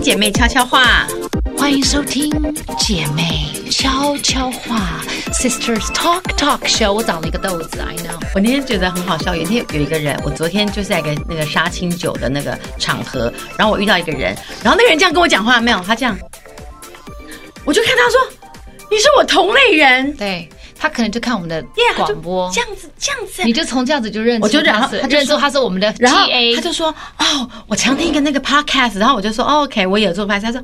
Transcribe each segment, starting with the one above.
姐妹悄悄话，欢迎收听姐妹悄悄话 Sisters Talk Talk Show。我长了一个豆子，I know。我那天觉得很好笑。有一天有一个人，我昨天就是在一个那个杀青酒的那个场合，然后我遇到一个人，然后那个人这样跟我讲话，没有，他这样，我就看他说：“你是我同类人。对他可能就看我们的 Yeah，他就广播这，样子，这样子。你就从这样子就认出我就然后他是他就认出说他是我们的然后 GA，他就说：“哦，我常听一个那个 podcast。”然后我就说、哦、：“OK，我也有做 podcast。”他说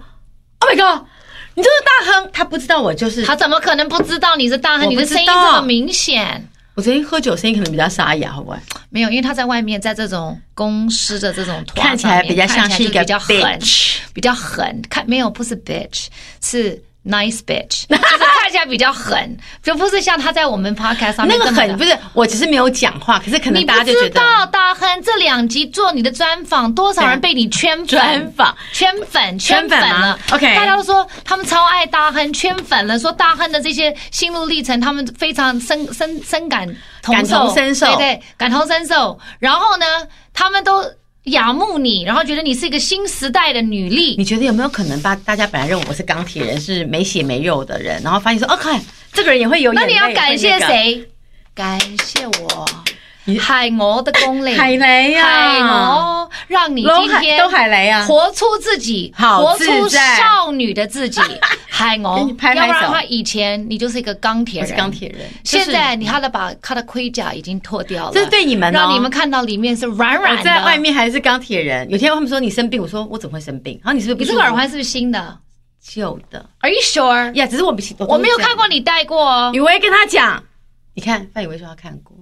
：“Oh my god，你就是大亨。”他不知道我就是他怎么可能不知道你是大汉？我你不的知声音道这么明显，我昨天喝酒声音可能比较沙哑，会不会？没有，因为他在外面，在这种公司的这种团看起来上面比较像看是起一来个就比较狠 bitch，比较狠，看没有不是 bitch，是 nice bitch，就是看起来比较狠，就不是像他在我们 podcast 上那面个这么的狠不是，我只是没有讲话，可是可能你不大家就觉知得道，大亨这两集做你的专访，多少人被你圈粉、专访圈粉、圈圈粉粉吗了 OK 大家都说他们超爱大亨，圈粉了，说大亨的这些心路历程，他们非常深深深感同感受，同身受对对，感同身受。然后呢，他们都仰慕你，然后觉得你是一个新时代的女力你。觉得有没有可能把大家本来认为我是钢铁人，是没血没肉的人，然后发现说，OK，这个人也会有眼那泪你要感谢？谁？感谢我你。海螺的功力，海雷啊海螺让你会那个今龙海天都海雷啊！活出自己，好活出自在少女的 自己。海给鸥你，拍拍要不然手的话，以前你就是一个钢铁我人。是钢铁人，就是现在你他的把他的盔甲已经脱掉了，这是对你们哦让你们看到里面是软软的。我在外，面还是钢铁人。有天他们说你生病，我说我怎么会生病？然后你是不你是不这舒个服耳环是不是新的旧的？Are you sure？呀？只是我不喜我没有看。都过你戴过是哦这样。以为跟他讲，你看范以为说他看过，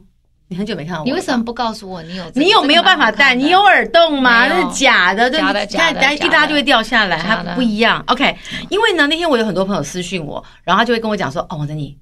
你很久没看到我，你为什么？不告诉我你有这个？你有没有办法戴？戴？你有耳洞吗？没那有是假的，对，假的你假的看大家一假的大家就会掉下来，假它的嗯不一样。OK，因为呢，那天我有很多朋友私讯我，然后他就会跟我讲说：“哦，王珍妮，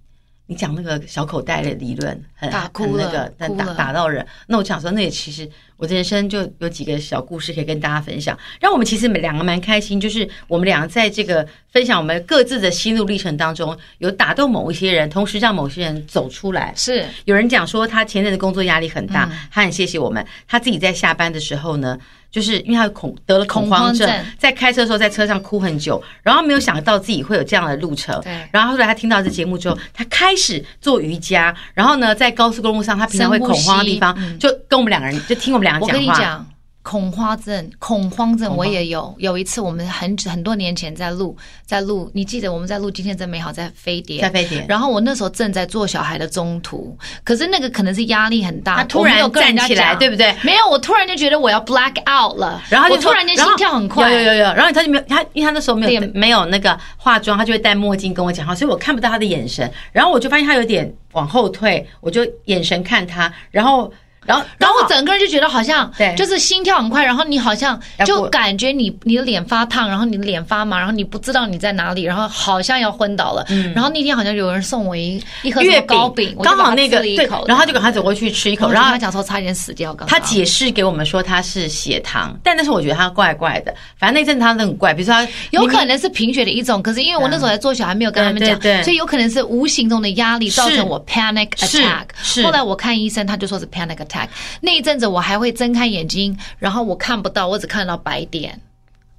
你讲那个小口袋的理论很打哭很那了个但哭打了打到人。”那我想说，那也其实我的人生就有几个小故事可以跟大家分享，让我们其实两个蛮开心，就是我们两个在这个分享我们各自的心路历程当中，有打动某一些人，同时让某些人走出来。是有人讲说他前阵子工作压力很嗯大，他很谢谢我们。他自己在下班的时候呢，就是因为他恐得了恐慌症恐慌症，在开车的时候在车上哭很久，然后没有想到自己会有这样的路程对。然后后来他听到这节目之后，他开始做瑜伽，然后呢，在高速公路上他平常会深恐呼吸慌的地方，就跟我们两个人就听我们两个我跟人你讲话。讲，恐慌症，恐慌症恐我慌也有。有一次我们很很多年前在录，在录，你记得我们在录《今天真美好》在飞碟，在飞碟然后我那时候正在做小孩的中途，可是那个可能是压力很大，他突我没然有跟人家站起来讲对不对？没有，我突然就觉得我要 black out 了，然后他我就说突然间心后跳很快，有有有有，然后他就没有他，因为他那时候没有脸没有那个化妆，他就会戴墨镜跟我讲话，所以我看不到他的眼神，然后我就发现他有点往后退，我就眼神看他，然后然后然后啊刚好我整个人就觉得好像对就是心跳很快，然后你好像要就过感觉你你的脸发烫，然后你的脸发麻，然后你不知道你在哪里，然后好像要昏倒了。然后那天好像有人送我一一盒什嗯么月糕饼，我就刚把好它那个吃了一对口，然后他就赶快走过去吃一口，然然后后他讲说差点死掉，刚他刚解释给我们说他是血糖，但但是我觉得他怪怪的，反正那阵他都很怪，比如说他有明明啊可能是贫血的一种，可是因为我那时候在做小孩，没有跟他们对对对讲，所以有可能是无形中的压力造成我 panic 是 attack。是后来我看医生，他就说是 panic attack。那一阵子我还会睁开眼睛，然后我看不到，我只看到白点。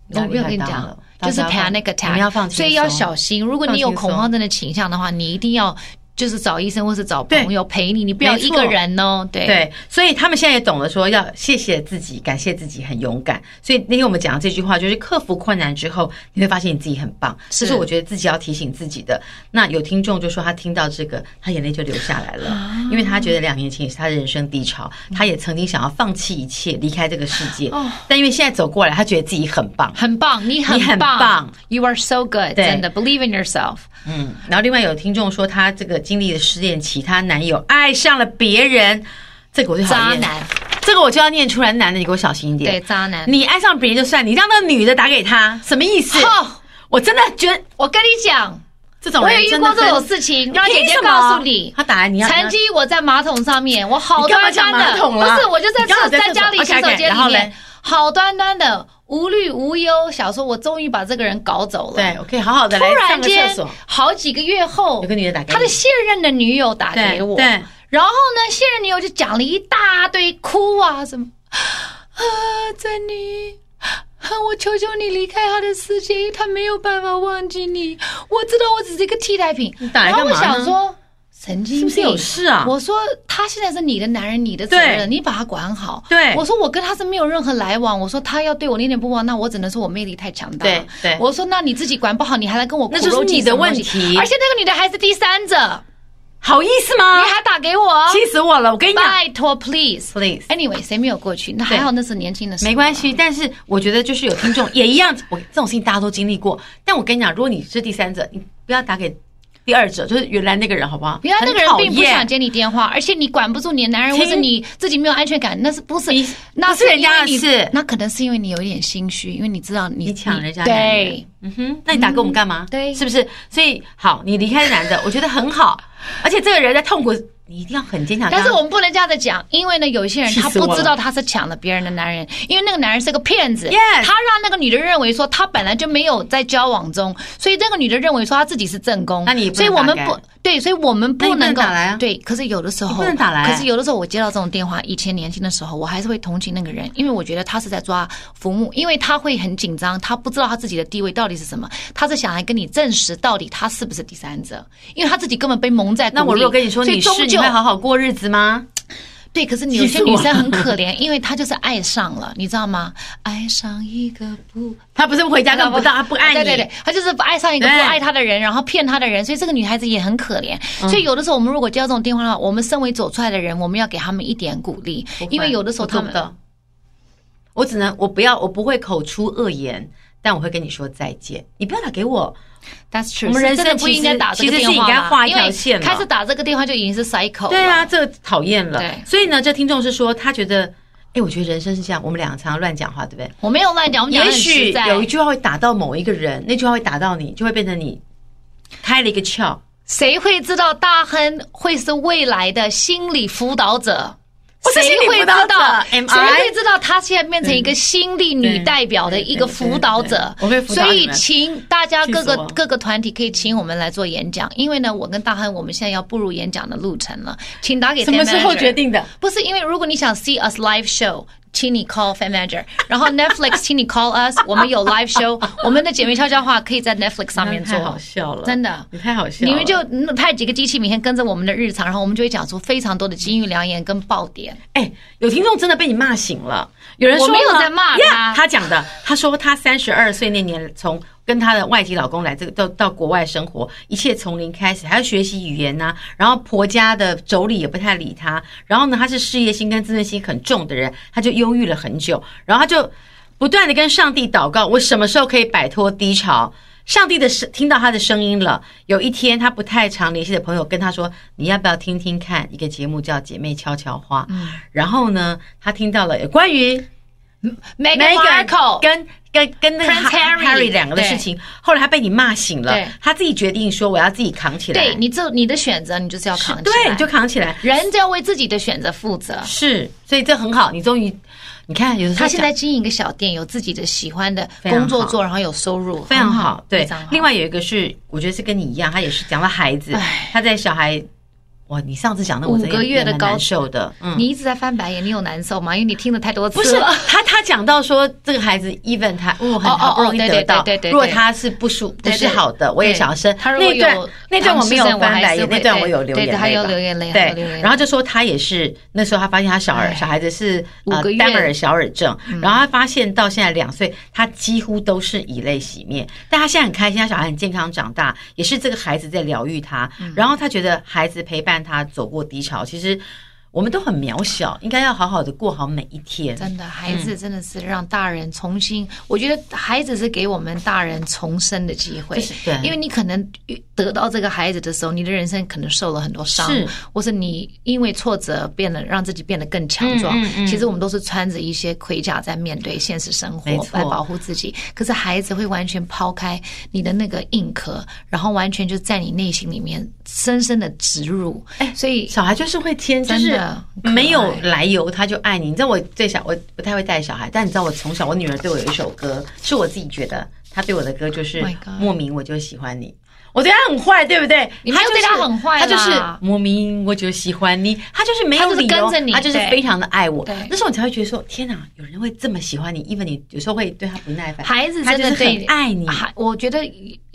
我压力没有跟你太大讲了，就大是家要放 panic 我们要放 attack，轻所以要松小心。如果你有放轻松恐慌症的倾向的话，你一定要就是找医生或是找朋友陪你，你不要没错一个人哦。对，对，所以他们现在也懂得说要谢谢自己，感谢自己很勇敢。所以那天我们讲的这句话，就是克服困难之后，你会发现你自己很棒。是这是我觉得自己要提醒自己的。那有听众就说他听到这个，他眼泪就流下来了，啊因为他觉得两年前也是他的人生低潮，嗯他也曾经想要放弃一切，离开这个世界。哦但因为现在走过来，他觉得自己很棒。很棒，你很你很棒 y o u are so good，对真的，believe in yourself。嗯，然后另外有听众说他这个经历了失恋期，她男友爱上了别人，这个我就讨渣厌男，这个我就要念出来，男的你给我小心一点。对渣男。你爱上别人就算，你让那个女的打给他，什么意思？哦，我真的觉得我跟你讲，这种我人有遇真的过很这种事情，让姐凭姐什么告诉你。他打来你要曾经我在马桶上面，我好端端你干嘛讲马的，桶不啦是，我就在你刚好厕在厕所在哦家里洗 OK，OK，手间然里后嘞面，好端端的，无虑无忧，想说我终于把这个人搞走了。对，我可以好好的突来然上个间厕所。，好几个月后，有个女的打给你他的现任的女友打给我，对对然后呢，现任女友就讲了一大堆哭啊什么，啊，珍妮，我求求你离开他的世界，他没有办法忘记你。我知道我只是一个替代品。打来然后干我嘛呢想说，神经是不病，是有事啊？我说他现在是你的男人，你的责对任，你把他管好。对我说我跟他是没有任何来往。我说他要对我念念不忘，那我只能说我魅力太强大。对对我说那你自己管不好，你还来跟我苦那就是肉计你的什么东问题啊西而且那个女的还是第三者，好意思吗你？还打给我，气死我了！我跟你讲拜托 please。 ，please。 Anyway，谁没有过去？那还好，那是年轻的时候。没关系，但是我觉得就是有听众也一样，我这种事情大家都经历过。但我跟你讲，如果你是第三者，你不要打给第二者，就是原来那个人，好不好？原来那个人很讨并不厌想接你电话，而且你管不住你的男人，听或者你自己没有安全感，那是不是你？那不是人家的因为你事那可能是因为你有一点心虚，因为你知道你你抢人家的男人对，嗯哼，那你打给我们干嘛？嗯对是不是？所以好，你离开 男的，我觉得很好，而且这个人在痛苦，你一定要很坚强。但是我们不能这样子讲，因为呢，有一些人啊气他死我了不知道他是抢了别人的男人，因为那个男人是个骗子 Yes 他让那个女的认为说他本来就没有在交往中，所以那个女的认为说她自己是正宫。那你也不所能以我们打给不对，所以我们那你不不能能够打来啊对，可是有的时你候不能打来啊可是有的时候我接到这种电话，以前年轻的时候，我还是会同情那个人，因为我觉得他是在抓浮木，因为他会很紧张，他不知道他自己的地位到底是什么，他是想来跟你证实到底他是不是第三者，因为他自己根本被蒙在鼓里。那我如果跟你说所以你终是，你究会好好过日子吗？对，可是有气些死我女了生很可怜，因为她就是爱上了，你知道吗？爱上一个不啊他不是回哦家干不到，他不爱你。哎对对对，她就是爱上一个不对爱她的人，然后骗她的人，所以这个女孩子也很可怜。嗯所以有的时候我们如果接到这种电话的话，我们身为走出来的人，我们要给他们一点鼓励不会，因为有的时候我做他不们到。我只能，我不要，我不会口出恶言，但我会跟你说再见。你不要打给我， That's true，我们人是真的生不其应该实打这其个实是电话应该啦画一条因为线了开始打这个电话就已经是 cycle 对了。啊，这个讨厌了。对所以呢，这听众是说他觉得，哎，我觉得人生是这样，我们两个常常乱讲话，对不对？我没有乱讲，我们讲也得很许实在有一句话会打到某一个人，那句话会打到你，就会变成你开了一个窍。谁会知道大亨会是未来的心理辅导者？我是心谁理会辅知导者道？ am 谁 I？会知道她现在变成一个心理女代表的一个辅导者嗯对对对对对我可以？辅导所你以，们请大家各气死我个各个团体可以请我们来做演讲，因为呢，我跟大亨我们现在要步入演讲的路程了，请打给什么 Fan 时候 Manager 决定的？不是因为如果你想 see us live show。请你 call fan manager，然后 Netflix 请你 call us，我们有 live show，我们的姐妹悄悄话可以在 Netflix 上面做太，好笑了，真的你太好笑了，你们就嗯派几个机器每天跟着我们的日常，然后我们就会讲出非常多的金玉良言跟爆点。哎、有听众真的被你骂醒了。有人说我没有呢在骂他呀他讲的，他说他三十二岁那年从。跟他的外籍老公来这个到到国外生活，一切从零开始，还要学习语言呐、然后婆家的妯娌也不太理他，然后呢，他是事业心跟自尊心很重的人，他就忧郁了很久，然后他就不断的跟上帝祷告，我什么时候可以摆脱低潮？上帝的声听到他的声音了。有一天，他不太常联系的朋友跟他说：“你要不要听听看一个节目叫《姐妹悄悄话》？”然后呢，他听到了有呃关于 Meghan Meghan Markle，跟跟跟那个 Prince Ha- Harry，两个的对事情，后来他被你骂醒了对，他自己决定说我要自己扛起来，对你这你的选择，你就是要扛起对，来。你就扛起来，人就要为自己的选择负责。是，所以这很好，你终于，你看有的时候他现讲在经营一个小店，有自己的喜欢的非常工作好做，然后有收入，非常好，对非常好。。另外有一个是，我觉得是跟你一样，他也是讲到孩子，他在小孩，哇，你上次讲的我真五个月的蛮高难受的，嗯，你一直在翻白眼，你有难受吗？因为你听了太多次不是了。他，他讲到说这个孩子，even 他，哦，很哦好不容易对得对到对对，对如果他是不舒不对对是好的，我也想要生。他如果那段有那段我唐没诗有镇我翻还白是眼，会那段对我有流对眼对泪吧，他有流眼泪他有哎流眼对，泪然后就说他也是那时候他发现他小儿小孩子是呃五个月单耳小耳症，然后他发现到现在两岁，他几乎都是以泪洗面，但他现在很开心，他小孩很健康长大，也是这个孩子在疗愈他，嗯然后他觉得孩子陪伴他走过低潮，其实。我们都很渺小，应该要好好的过好每一天。真的，孩子真的是让大人重新，我觉得孩子是给我们大人重生的机会就是对，因为你可能呃得到这个孩子的时候，你的人生可能受了很多伤是，或是你因为挫折变得让自己变得更强嗯壮。嗯嗯其实我们都是穿着一些盔甲在面对现实生活没错，来保护自己。可是孩子会完全抛开你的那个硬壳，然后完全就在你内心里面深深的植入。哎所以小孩就是会天，就真是的很可爱没有来由他就爱你。你知道我最小我不太会带小孩，但你知道我从小我女儿对我有一首歌，是我自己觉得她对我的歌就是 Oh my God 莫名我就喜欢你。我对他很坏，对不对？你没有对他很坏他啦就是莫名我就喜欢你，他就是没有理由，他就是跟着你他就是对非常的爱我对。那时候你才会觉得说，天哪，有人会这么喜欢你，even 你有时候会对他不耐烦，孩子他真就的是对很爱你，还我觉得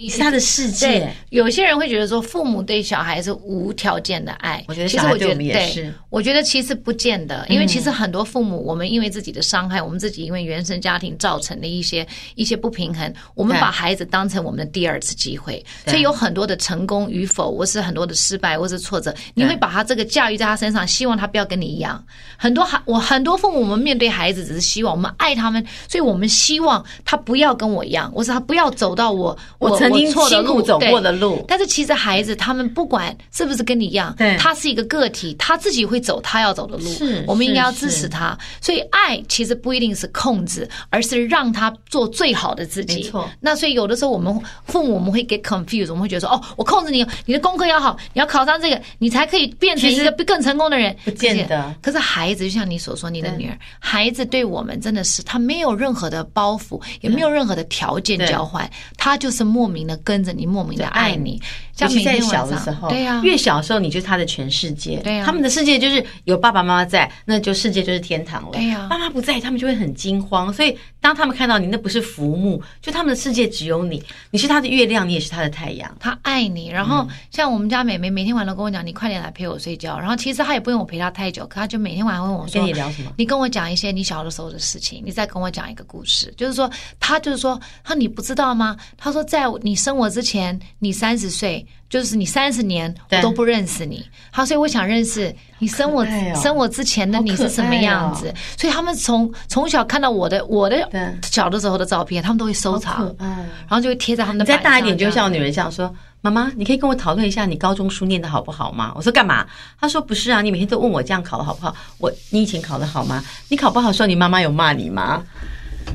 是他的世对界。，有些人会觉得说父母对小孩是无条件的爱，我觉得其实小孩我觉对得我们也对是我觉得其实不见得，因为其实很多父母，我们因为自己的伤害，我们自己因为原生家庭造成的一些一些不平衡，我们对把孩子当成我们的第二次机会，对所以有很多的成功与否，或是很多的失败，或是挫折，你对会把他这个驾驭在他身上，希望他不要跟你一样。很多孩，我很多父母，我们面对孩子只是希望我们爱他们，所以我们希望他不要跟我一样，或是他不要走到我我曾经错的辛路苦走对过的路，但是其实孩子他们不管是不是跟你一样对，他是一个个体，他自己会走他要走的路。是我们应该要是支是持他。所以爱其实不一定是控制，而是让他做最好的自己。没错那所以有的时候我们父母我们会 get confused，我们会觉得说哦，我控制你，你的功课要好，你要考上这个，你才可以变成一其个更成功的人。不见得可是孩子就像你所说，你的女儿，孩子对我们真的是他没有任何的包袱，也没有任何的条件对交换，他就是莫名的跟着你，莫名的爱你。尤像每其在天小晚的上，时候，对啊呀、越小的时候你就是他的全世界，对啊呀他们的世界就是有爸爸妈妈在，那就世界就是天堂了，对啊呀爸妈不在，他们就会很惊慌，所以当他们看到你，那不是浮木，就他们的世界只有你，你是他的月亮，你也是他的太阳，他爱你，嗯然后像我们家妹妹每天晚上都跟我讲，你快点来陪我睡觉。然后其实她也不用我陪她太久，可她就每天晚上问我说，跟你聊什么你跟我讲一些你小的时候的事情，你再跟我讲一个故事。就是说，她就是说，她说你不知道吗？她说，在你生我之前，你三十岁，就是你三十年，我对都不认识你。她说所以我想认识你生我、好可爱哦生我之前的你是什么样子。所以他们从从小看到我的我的对小的时候的照片，他们都会收藏，好可爱哦然后就会贴在他们的你再啊板上大一点，就这样会像我女儿这样说：“妈妈，你可以跟我讨论一下你高中书念的好不好吗？”我说：“干嘛？”她说：“不是啊，你每天都问我这样考的好不好？我你以前考的好吗？你考不好的时候，你妈妈有骂你吗？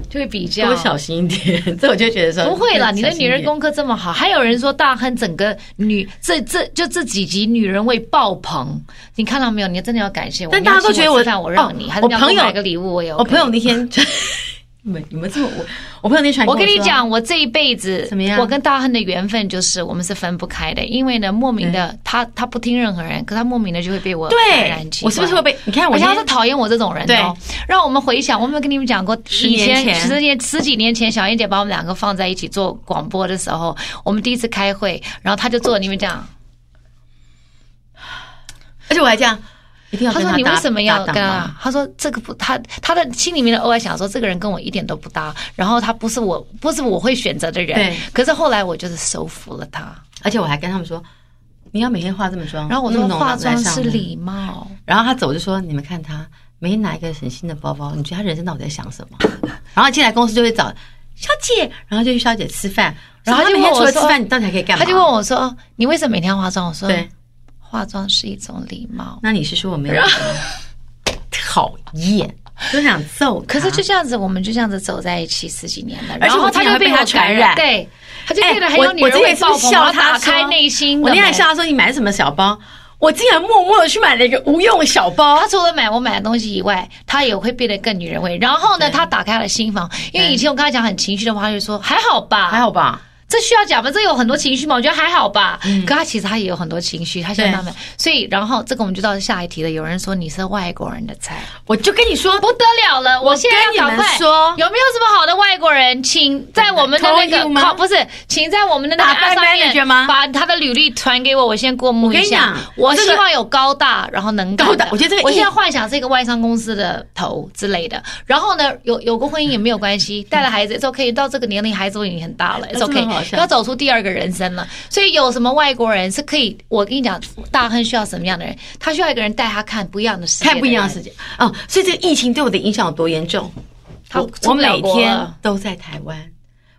就会比较多小心一点。” 这我就觉得说不会啦，嗯你的小心一女儿点功课这么好，还有人说大亨整个女这这就这几集女人味爆棚，你看到没有？你真的要感谢我。但你要大家都请觉得我我吃饭，我哦让你，还是我你要给朋友买个礼物，我也 OK 我朋友那天就 你们你们这么我我朋友那天传我跟你说，讲，我这一辈子怎么样我跟大亨的缘分就是我们是分不开的，因为呢，莫名的他他不听任何人，可他莫名的就会被我感对染起，我是不是会被？你看我而且现他在是讨厌我这种人的哦。让我们回想，我有没有跟你们讲过，十以年前前十年十几年前，小燕姐把我们两个放在一起做广播的时候，我们第一次开会，然后她就做你们讲，而且我还这样，一定要她跟说搭你为什么要跟啊搭档她吗？？她说这个不，她她的心里面的偶尔想说，这个人跟我一点都不搭，然后他不是我不是我会选择的人对。可是后来我就是收服了他，而且我还跟他们说，你要每天化这么妆，然后我说弄弄化来妆上是班礼貌。然后他走就说：“你们看他每天拿一个很新的包包，你觉得他人生到底在想什么？” 然后进来公司就会找小姐，然后就去小姐吃饭，然后他他就每天问我除了吃说饭，你到底还可以干嘛？他就问我说：“你为什么每天要化妆？”我说：“对，化妆是一种礼貌。”那你是说我没有吗？ 讨厌，就想揍他。可是就这样子，我们就这样子走在一起十几年了，而然且我后竟他然就会被我他传感染对，他就哎变得很我有女我人之味前是不爆是棚，笑然后他打开说内心的我门。那天还笑他说你买什么小包，我竟然默默的去买了一个无用的小包他。除了买我买的东西以外，他也会变得更女人味。然后呢，对他打开了心房，因为对以前我跟他讲很情绪的话，他就说还好吧，还好吧？这需要讲吗？这有很多情绪嘛，我觉得还好吧。嗯可他其实他也有很多情绪，他想他们，所以然后这个我们就到下一题了。有人说你是外国人的菜，我就跟你说，不得了了！我现在要跟你赶快们说有没有什么好的外国人，请在我们的那 Call you 个吗靠不是，请在我们的那个打败 app 上 manager 面吗把他的履历传给我，我先过目我跟一下你讲。我这希个望有高大，然后能干高的大我觉得这个我现在硬幻想是一个外商公司的头之类的。然后呢，有有过婚姻也没有关系，带了孩子，it's OK。到这个年龄，孩子都已经很大了，it's 真的 OK 嗯很好。笑要走出第二个人生了。所以有什么外国人是可以？我跟你讲，大亨需要什么样的人？他需要一个人带他看不一样的世界，看不一样的世。界哦。所以这个疫情对我的影响有多严重？他我出我不了每国天了都在台湾，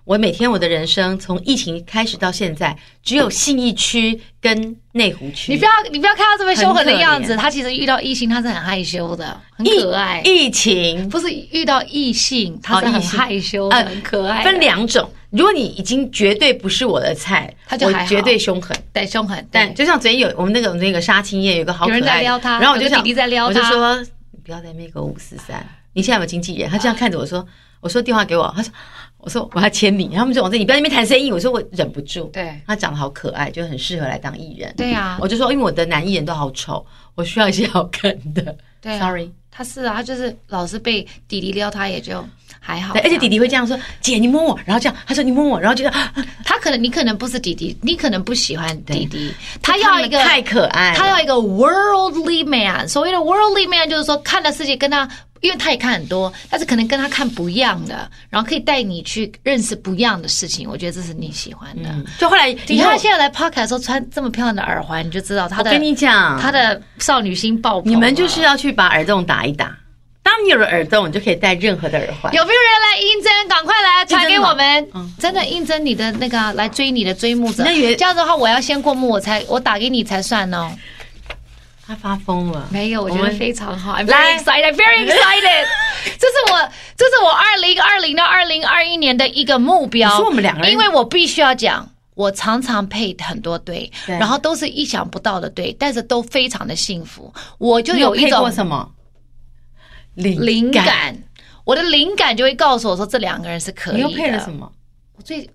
我每天我的人生从疫情开始到现在，只有信义区跟内湖区。你不要，你不要看他这么凶狠的样很可子，他其实遇到异性他是很害羞的，很疫可爱。疫情不是遇到异性，他是哦很异性害羞的，呃很可爱的，分两种，如果你已经绝对不是我的菜，他就我还好绝对凶狠。对凶狠，但对，就像昨天有我们那个我们那个杀青夜有个好可爱的，有人在撩他然后我就有个想弟弟在撩我就他说你不要在那个五四三，你现在有没有经纪人？他这样看着我说，我说电话给我，他说。我说我要签你，然后他们就往这里，你不要在那边谈生意。我说我忍不住，对他长得好可爱，就很适合来当艺人。对呀、我就说，因为我的男艺人都好丑，我需要一些好看的。对啊 Sorry，他是啊，他就是老是被弟弟撩，他也就还好。对，而且弟弟弟会这样说：“姐，你摸我。”然后这样，他说：“你摸我。”然后就这样啊他可能你可能不是弟弟，你可能不喜欢弟弟，他他要们一个太可爱了，他要一个 worldly man。所谓的 worldly man 就是说看的世界跟他，因为他也看很多，但是可能跟他看不一样的，然后可以带你去认识不一样的事情。我觉得这是你喜欢的。嗯就后来你以看后他，现在来 podcast 的时候穿这么漂亮的耳环，你就知道他我的跟你讲，他的少女心爆棚了。你们就是要去把耳洞打一打。当你有了耳洞，你就可以戴任何的耳环。有没有人来应征？赶快来传给我们！嗯真的应征你的那个来追你的追慕者。那也这样子的话，我要先过目，我才我打给你才算哦。他发疯了，没有，我觉得们非常好。I'm 来 very excited, very excited 。这是我，这是我二零二零到二零二一年的一个目标。你说我们两个人因为我必须要讲。我常常配很多对，对然后都是意想不到的对，但是都非常的幸福。我就你有一配种过什么灵灵感，我的灵感就会告诉我说这两个人是可以你的。又配了什么？我最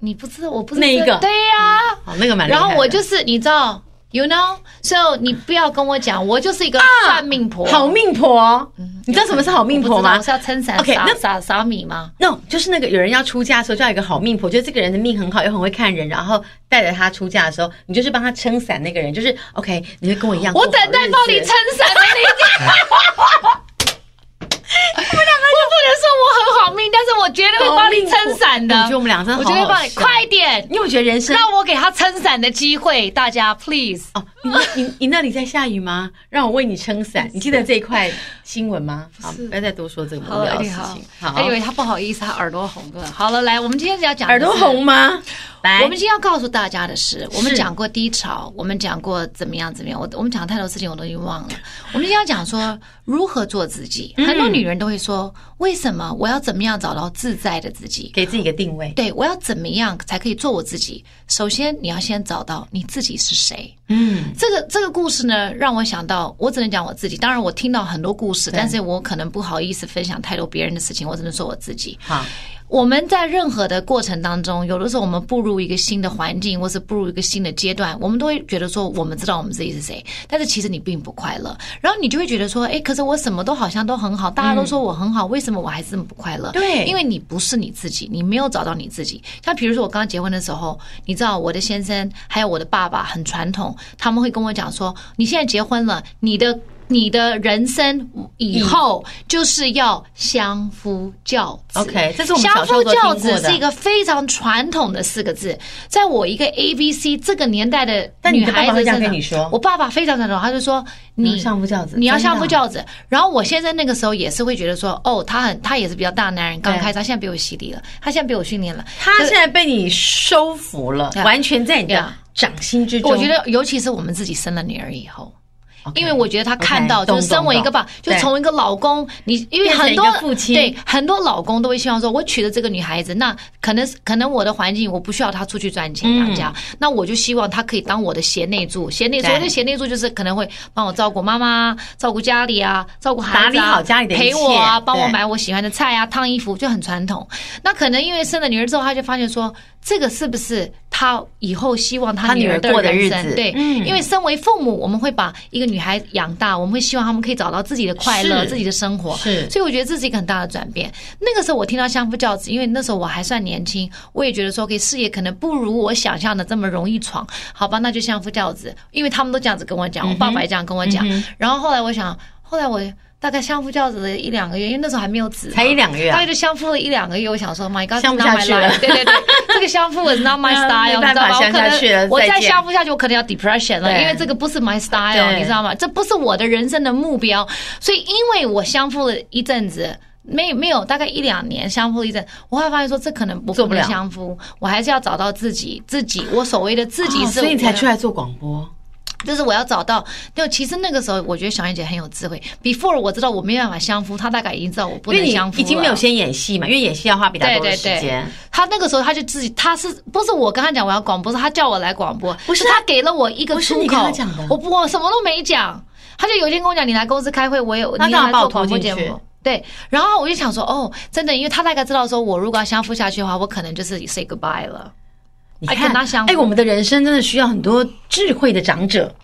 你不知道，我不是那一真个对呀、哦，那个蛮厉害然的。后我就是你知道，you know，so 你不要跟我讲，我就是一个算命婆，啊好命婆，你知道什么是好命我不婆知道吗我？是要撑伞 OK，撒那撒撒米吗？ no，就是那个有人要出嫁的时候，就要有一个好命婆，就是这个人的命很好，又很会看人，然后带着他出嫁的时候，你就是帮他撑伞那个人，就是 OK，你会跟我一样过我好日子。等待帮你撑伞的那一 天。我不能说我很好命，但是我绝对会帮哦你撑伞的。好命婆我觉得我们俩真的我好好绝对帮你，笑快点你有没有觉得人生让我给他撑伞的机会，大家 please。哦，你你你那里在下雨吗？让我为你撑伞。你记得这一块新闻吗？好，不要再多说这个无聊哎的事情。好他，以为他不好意思，他耳朵红了。好了，来，我们今天要讲的耳朵是红吗？来，我们今天要告诉大家的是，我们是讲过低潮，我们讲过怎么样怎么样，我我们讲太多事情我都已经忘了。我们今天要讲说如何做自己。很多女人都会说，为什么我要怎么样找到自在的自己？给自己一个定位。对我要怎么样才可以做我自己？首先，你要先找到你自己是谁。嗯，这个这个故事呢，让我想到，我只能讲我自己。当然，我听到很多故事，但是我可能不好意思分享太多别人的事情，我只能说我自己。好，我们在任何的过程当中，有的时候我们步入一个新的环境，或是步入一个新的阶段，我们都会觉得说我们知道我们自己是谁，但是其实你并不快乐。然后你就会觉得说，哎，可是我什么都好像都很好，大家都说我很好，为什么我还是这么不快乐？对因为你不是你自己，你没有找到你自己。像比如说我刚结婚的时候，你知道我的先生还有我的爸爸很传统，他们会跟我讲说，你现在结婚了，你的。你的人生以后就是要相夫教子。 OK，这是我们小相时候夫都听教过的子是一个非常传统的四个字，在我一个 A B C 这个年代的但你女的爸孩爸会子这样身跟你上，说我爸爸非常传统，他就说你你要相夫教子你要真的啊相夫教子。然后我先生那个时候也是会觉得说，哦，他很他也是比较大男人，刚对开始，他现在比我犀利了，他现在比我训练了。他现在被你收服了， Yeah 完全在你的 Yeah 掌心之中。我觉得，尤其是我们自己生了女儿以后。因为我觉得他看到， OK，懂就是身为一个爸懂，就懂是从一个老公，你因为变成很一多个父亲对很多老公都会希望说，我娶了这个女孩子，那可能可能我的环境我不需要她出去赚钱嗯养家，那我就希望她可以当我的贤内助。贤内助，对我的贤内助就是可能会帮我照顾妈妈、照顾家里啊、照顾孩子、啊、打理好家里的一切陪我啊，对帮我买我喜欢的菜啊、烫衣服，就很传统。那可能因为生了女儿之后，他就发现说，这个是不是他以后希望他他女儿的过的人日生子对，嗯因为身为父母，我们会把一个女孩养大，我们会希望他们可以找到自己的快乐、是自己的生活。是所以我觉得这是一个很大的转变。那个时候我听到相夫教子，因为那时候我还算年轻，我也觉得说，给事业可能不如我想象的这么容易闯，好吧，那就相夫教子，因为他们都这样子跟我讲，我爸爸也这样跟我讲。然后后来我想，后来我大概相夫教子了一两个月，因为那时候还没有子嘛，才一两个月啊大概就相夫了一两个月。我想说，My God，相不 not my 下去了 life 对 对对，这个相夫 is not my 嗯 style，没你办知道法吗？我可相下去了能我再再见相不下去，我可能要 depression 了，对因为这个不是 my style，对你知道吗？这不是我的人生的目标，所以因为我相夫了一阵子。没没有，大概一两年相夫了一阵，我会发现说这可能我做不能了相夫，我还是要找到自己，自己我所谓的自己哦是、所以你才出来做广播。就是我要找到，就其实那个时候，我觉得小燕姐很有智慧。Before 我知道我没办法相夫，她大概已经知道我不因为能你相夫了。已经没有先演戏嘛，因为演戏要花比较对多的对时对间。，她那个时候她就自己，她是不是我跟她讲我要广播，是她叫我来广播，不是啊她给了我一个不是出口，你跟她讲的我不我什么都没讲，她就有一天跟我讲你来公司开会，我有那你干嘛来把我做广拖播进节去目，对，然后我就想说，哦，真的，因为他大概知道说，我如果要相夫下去的话，我可能就是 say goodbye 了。你哎跟看他相，哎，我们的人生真的需要很多智慧的长者，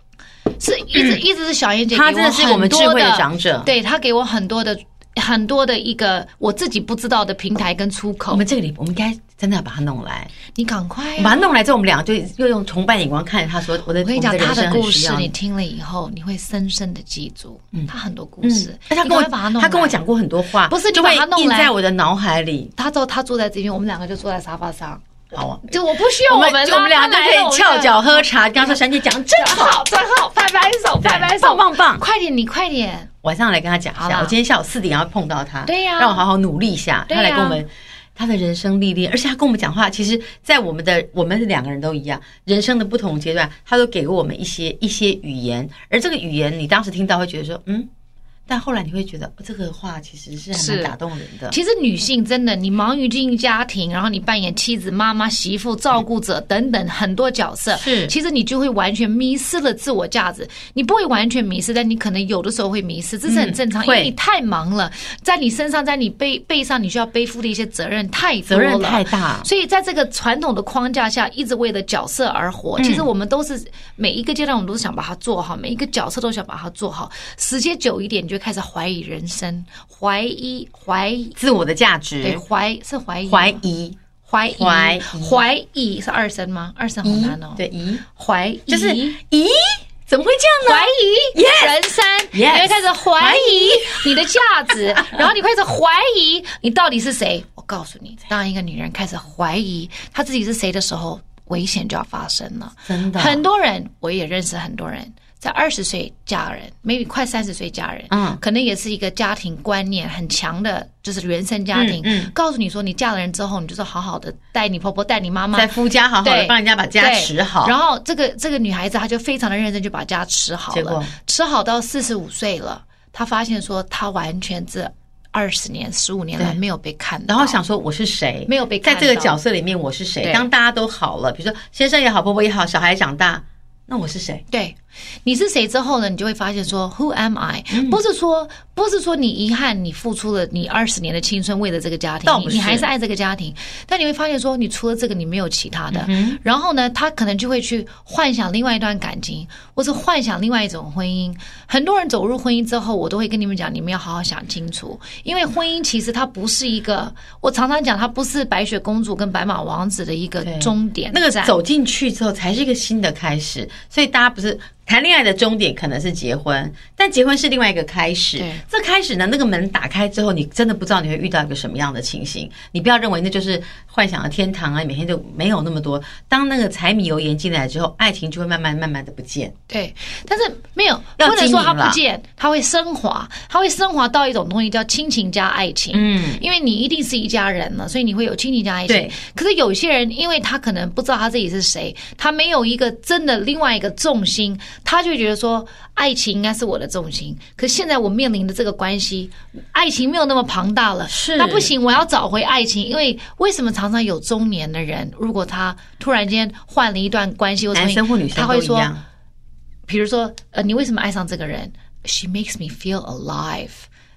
是一直一直是小燕姐给他真的是我们很智多慧的长者。对她给我很多的很多的一个我自己不知道的平台跟出我口。们这个礼，我们应该真的要把他弄来，你赶快、啊把他弄来之后，我们俩就又用崇拜眼光看着他说：“我的，我跟你我讲，们他人生故很需事要你你。听了以后，你会深深的记住。他很多故嗯事，哎他你跟我赶快把它弄他跟我来讲过很多话，不是你就会把他弄印来在我的脑海里。他坐他坐在这边，我们两个就坐在沙发上。好啊，就我不需要们们就啦，我们俩就他来可了我以们翘就脚喝茶，跟他 说：“珊姐讲得真真好，好，真好，拍拍手，拍拍手，棒棒棒快点，你快点！”晚上来跟他讲一好下，啦我今天下午四点要碰到他，对呀让我好好努力一下。对他呀来跟我们他的人生历练，而且他跟我们讲话，其实，在我们的我们两个人都一样，人生的不同阶段，他都给我们一些一些语言，而这个语言你当时听到会觉得说，嗯。但后来你会觉得、哦这个话其实是很是打动人的。其实女性真的，你忙于经营家庭，然后你扮演妻子、妈妈、媳妇、照顾者等等很多角色，是其实你就会完全迷失了自我价值。你不会完全迷失，但你可能有的时候会迷失，这是很正嗯常，因会为你太忙了，在你身上，在你背背上，你需要背负的一些责任太多责任了太大，所以在这个传统的框架下，一直为了角色而活。嗯其实我们都是每一个阶段，我们都想把它做好，每一个角色都想把它做好。时间久一点，你就开始怀疑人生，怀疑怀疑，自我的价值对，怀是怀疑吗怀疑怀疑怀疑怀疑是二声吗？二声好疑难哦。，对疑，怀疑就是咦，怎么会这样怀呢？疑 Yes 人生 Yes 你会开始怀疑你的价值， 然后你开始怀疑你到底是谁。我告诉你，当一个女人开始怀疑她自己是谁的时候，危险就要发生了。真的，很多人，我也认识很多人，在二十岁嫁人，maybe 快三十岁嫁人，嗯可能也是一个家庭观念很强的，就是原生家庭，嗯嗯告诉你说，你嫁了人之后，你就是好好的带你婆婆，带你妈妈在，夫家好好的对帮人家把家对持好，然后这个这个女孩子，她就非常的认真，就把家吃好结果了，吃好到四十五岁了，她发现说她完全这二十年、十五年来对没有被看到，然后想说我是谁，没有被在看到这个角色里面我是谁。对当大家都好了，比如说先生也好，婆婆也好，小孩长大，那我是谁？对，你是谁之后呢，你就会发现说，Who am I？、不嗯是说不是说你遗憾你付出了你二十年的青春为了这个家庭倒，你不是你还是爱这个家庭，但你会发现说，你除了这个你没有其他的。然后呢，他可能就会去幻想另外一段感情，或是幻想另外一种婚姻。很多人走入婚姻之后，我都会跟你们讲，你们要好好想清楚，因为婚姻其实它不是一个，我常常讲，它不是白雪公主跟白马王子的一个对终点那个站走进去之后才是一个新的开始。所以大家不是谈恋爱的终点可能是结婚，但结婚是另外一个开始对。这开始呢，那个门打开之后，你真的不知道你会遇到一个什么样的情形。你不要认为那就是幻想的天堂啊，每天就没有那么多。当那个柴米油盐进来之后，爱情就会慢慢慢慢的不见。对，但是没有要不能说它经营啦不见，它会升华，它会升华到一种东西叫亲情加爱情。嗯，因为你一定是一家人了，所以你会有亲情加爱情对。可是有些人，因为他可能不知道他自己是谁，他没有一个真的另外一个重心，他就觉得说爱情应该是我的重心。可现在我面临的这个关系，爱情没有那么庞大了，是那不行，我要找回爱情。因为为什么常常有中年的人，如果他突然间换了一段关系，或者男生或女生他都会一说。嗯样。比如说，呃，你为什么爱上这个人？She makes me feel alive，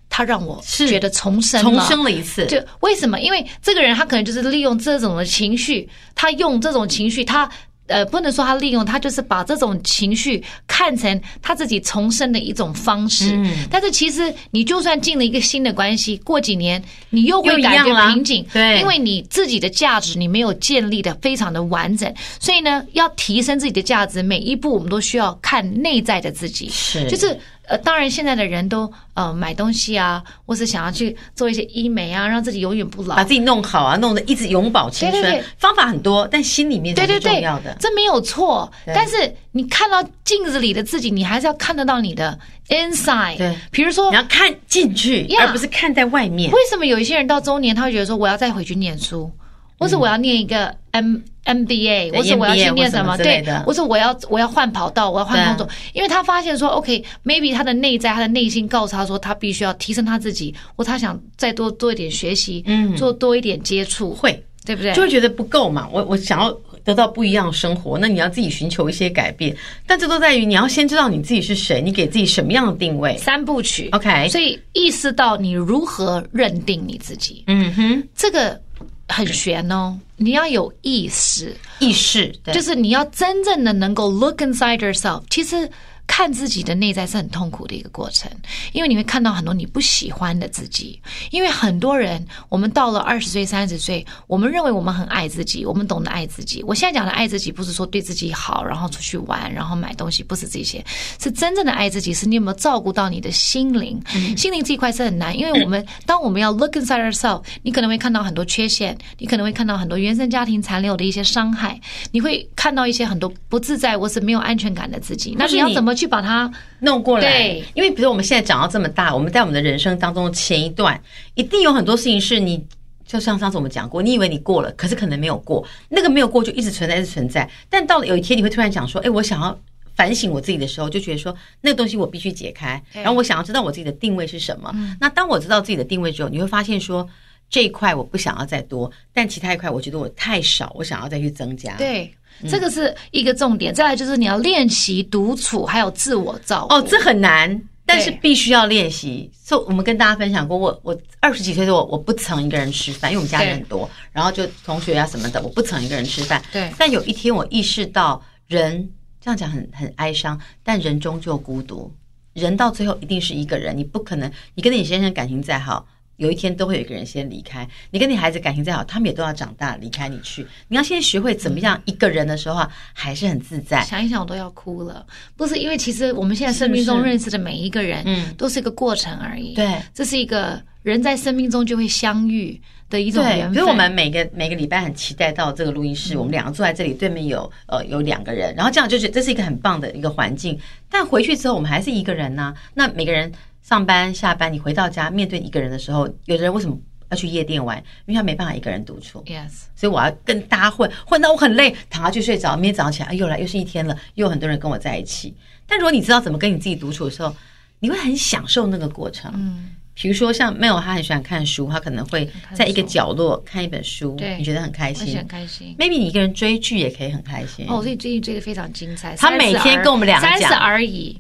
她让我是觉得重生了重生了一次，就为什么？因为这个人他可能就是利用这种的情绪，他用这种情绪，他呃不能说他利用，他就是把这种情绪看成他自己重生的一种方式。嗯但是其实你就算进了一个新的关系，过几年你又又会一感样啦觉瓶颈，对因为你自己的价值你没有建立的非常的完整，所以呢，要提升自己的价值，每一步我们都需要看内在的自己。是就是呃，当然现在的人都呃买东西啊，或是想要去做一些医美啊，让自己永远不老把。自己弄好啊，弄得一直永葆青春。对对对方法很多，但心里面才对对是重对要的，。这没有错。对但是你看到镜子里的自己，你还是要看得到你的 inside。对比如说你，要看进去 Yeah 而不是看在外面。为什么有一些人到中年，他会觉得说我要再回去念书，或者我要念一个 M MBA，嗯对或者我要去念 MBA 或什什么么，之类对的，或者我要我要换跑道，我要换工作对，因为他发现说，OK，maybe 他的内在，他的内心告诉他说，他必须要提升他自己，或他想再多多一点学习，嗯，做多一点接触，会对不对？就会觉得不够嘛，我我想要得到不一样的生活，那你要自己寻求一些改变。但这都在于你要先知道你自己是谁，你给自己什么样的定位。三部曲 OK 所以意识到你如何认定你自己，嗯哼，这个很玄哦。你要有意识，意识对就是你要真正的能够 look inside yourself。其实看自己的内在是很痛苦的一个过程，因为你会看到很多你不喜欢的自己。因为很多人，我们到了二十岁、三十岁，我们认为我们很爱自己，我们懂得爱自己。我现在讲的爱自己，不是说对自己好，然后出去玩，然后买东西，不是这些，是真正的爱自己，是你有没有照顾到你的心灵？嗯心灵这一块是很难，因为 我们当我们要 look inside ourselves，你可能会看到很多缺陷，你可能会看到很多原生家庭残留的一些伤害，你会看到一些很多不自在或是没有安全感的自己。那是你要你怎么去把它？弄过来。对，因为比如我们现在长到这么大，我们在我们的人生当中的前一段，一定有很多事情是你。就像上次我们讲过，你以为你过了，可是可能没有过，那个没有过就一直存在，一直存在。但到了有一天，你会突然想说：“哎，我想要反省我自己的时候，就觉得说那个东西我必须解开。”然后我想要知道我自己的定位是什么。那当我知道自己的定位之后，你会发现说这一块我不想要再多，但其他一块我觉得我太少，我想要再去增加。对，嗯这个是一个重点。再来就是你要练习独处，还有自我照顾。哦，这很难，但是对必须要练习。所以我们跟大家分享过，我我二十几岁的时候，我不曾一个人吃饭，因为我们家人很多，然后就同学啊什么的，我不曾一个人吃饭。对但有一天我意识到人，这样讲很很哀伤，但人终究孤独，人到最后一定是一个人，你不可能，你跟你先生感情再好。有一天都会有一个人先离开，你跟你孩子感情再好，他们也都要长大离开你去。你要先学会嗯怎么样一个人的时候啊，还是很自在。想一想我都要哭了。不是因为其实我们现在生命中是认识的每一个人，嗯，都是一个过程而已。对，这是一个人在生命中就会相遇的一种对缘，比分。嗯如我们每个每个礼拜很期待到这个录音室，我们两个坐在这里，对面有呃有两个人，然后这样就是这是一个很棒的一个环境。但回去之后，我们还是一个人呢、那每个人上班下班，你回到家面对一个人的时候，有的人为什么要去夜店玩？因为他没办法一个人独处。 yes，所以我要跟大家混，混到我很累，躺下去睡着。明天早上起来，哎，又来又是一天了，又有很多人跟我在一起。但如果你知道怎么跟你自己独处的时候，你会很享受那个过程。嗯，比如说像 Mel，他很喜欢看书，他可能会在一个看书角落看一本书，对你觉得很开我也心很。开心。 Maybe 你一个人追剧也可以很开心。哦，所以最近追的非常精彩。他每天跟我们两个三十讲而已，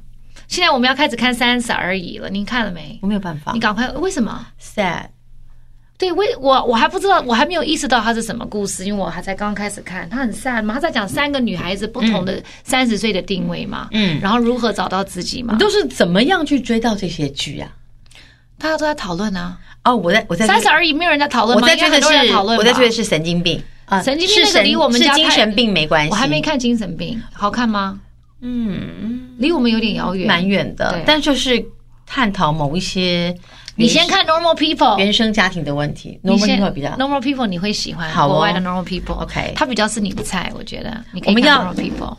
现在我们要开始看三十而已了。您看了没？我没有办法你赶快，为什么？ ，sad。对，为我我还不知道，我还没有意识到它是什么故事，因为我还才刚开始看。它很 sad 嘛，它在讲三个女孩子不同的三十岁的定位嘛，嗯然后如何找到自己嘛你，都是怎么样去追到这些剧啊？大家都在讨论啊。哦，我在我在三十而已，没有人在讨论我吗？在应追该很的多人是讨论吧我在追的是神经病啊，神经病是那个神离我们是家精太神病没关系，我还没看精神病，好看吗？嗯，离我们有点遥远。蛮远的对，但就是探讨某一些你先看 Normal People，原生家庭的问题你，normal 先 people 比较 Normal People 你会喜欢好哦国外的 Normal People。 OK 它比较是你的菜，我觉得。你可我以们看要 Normal People。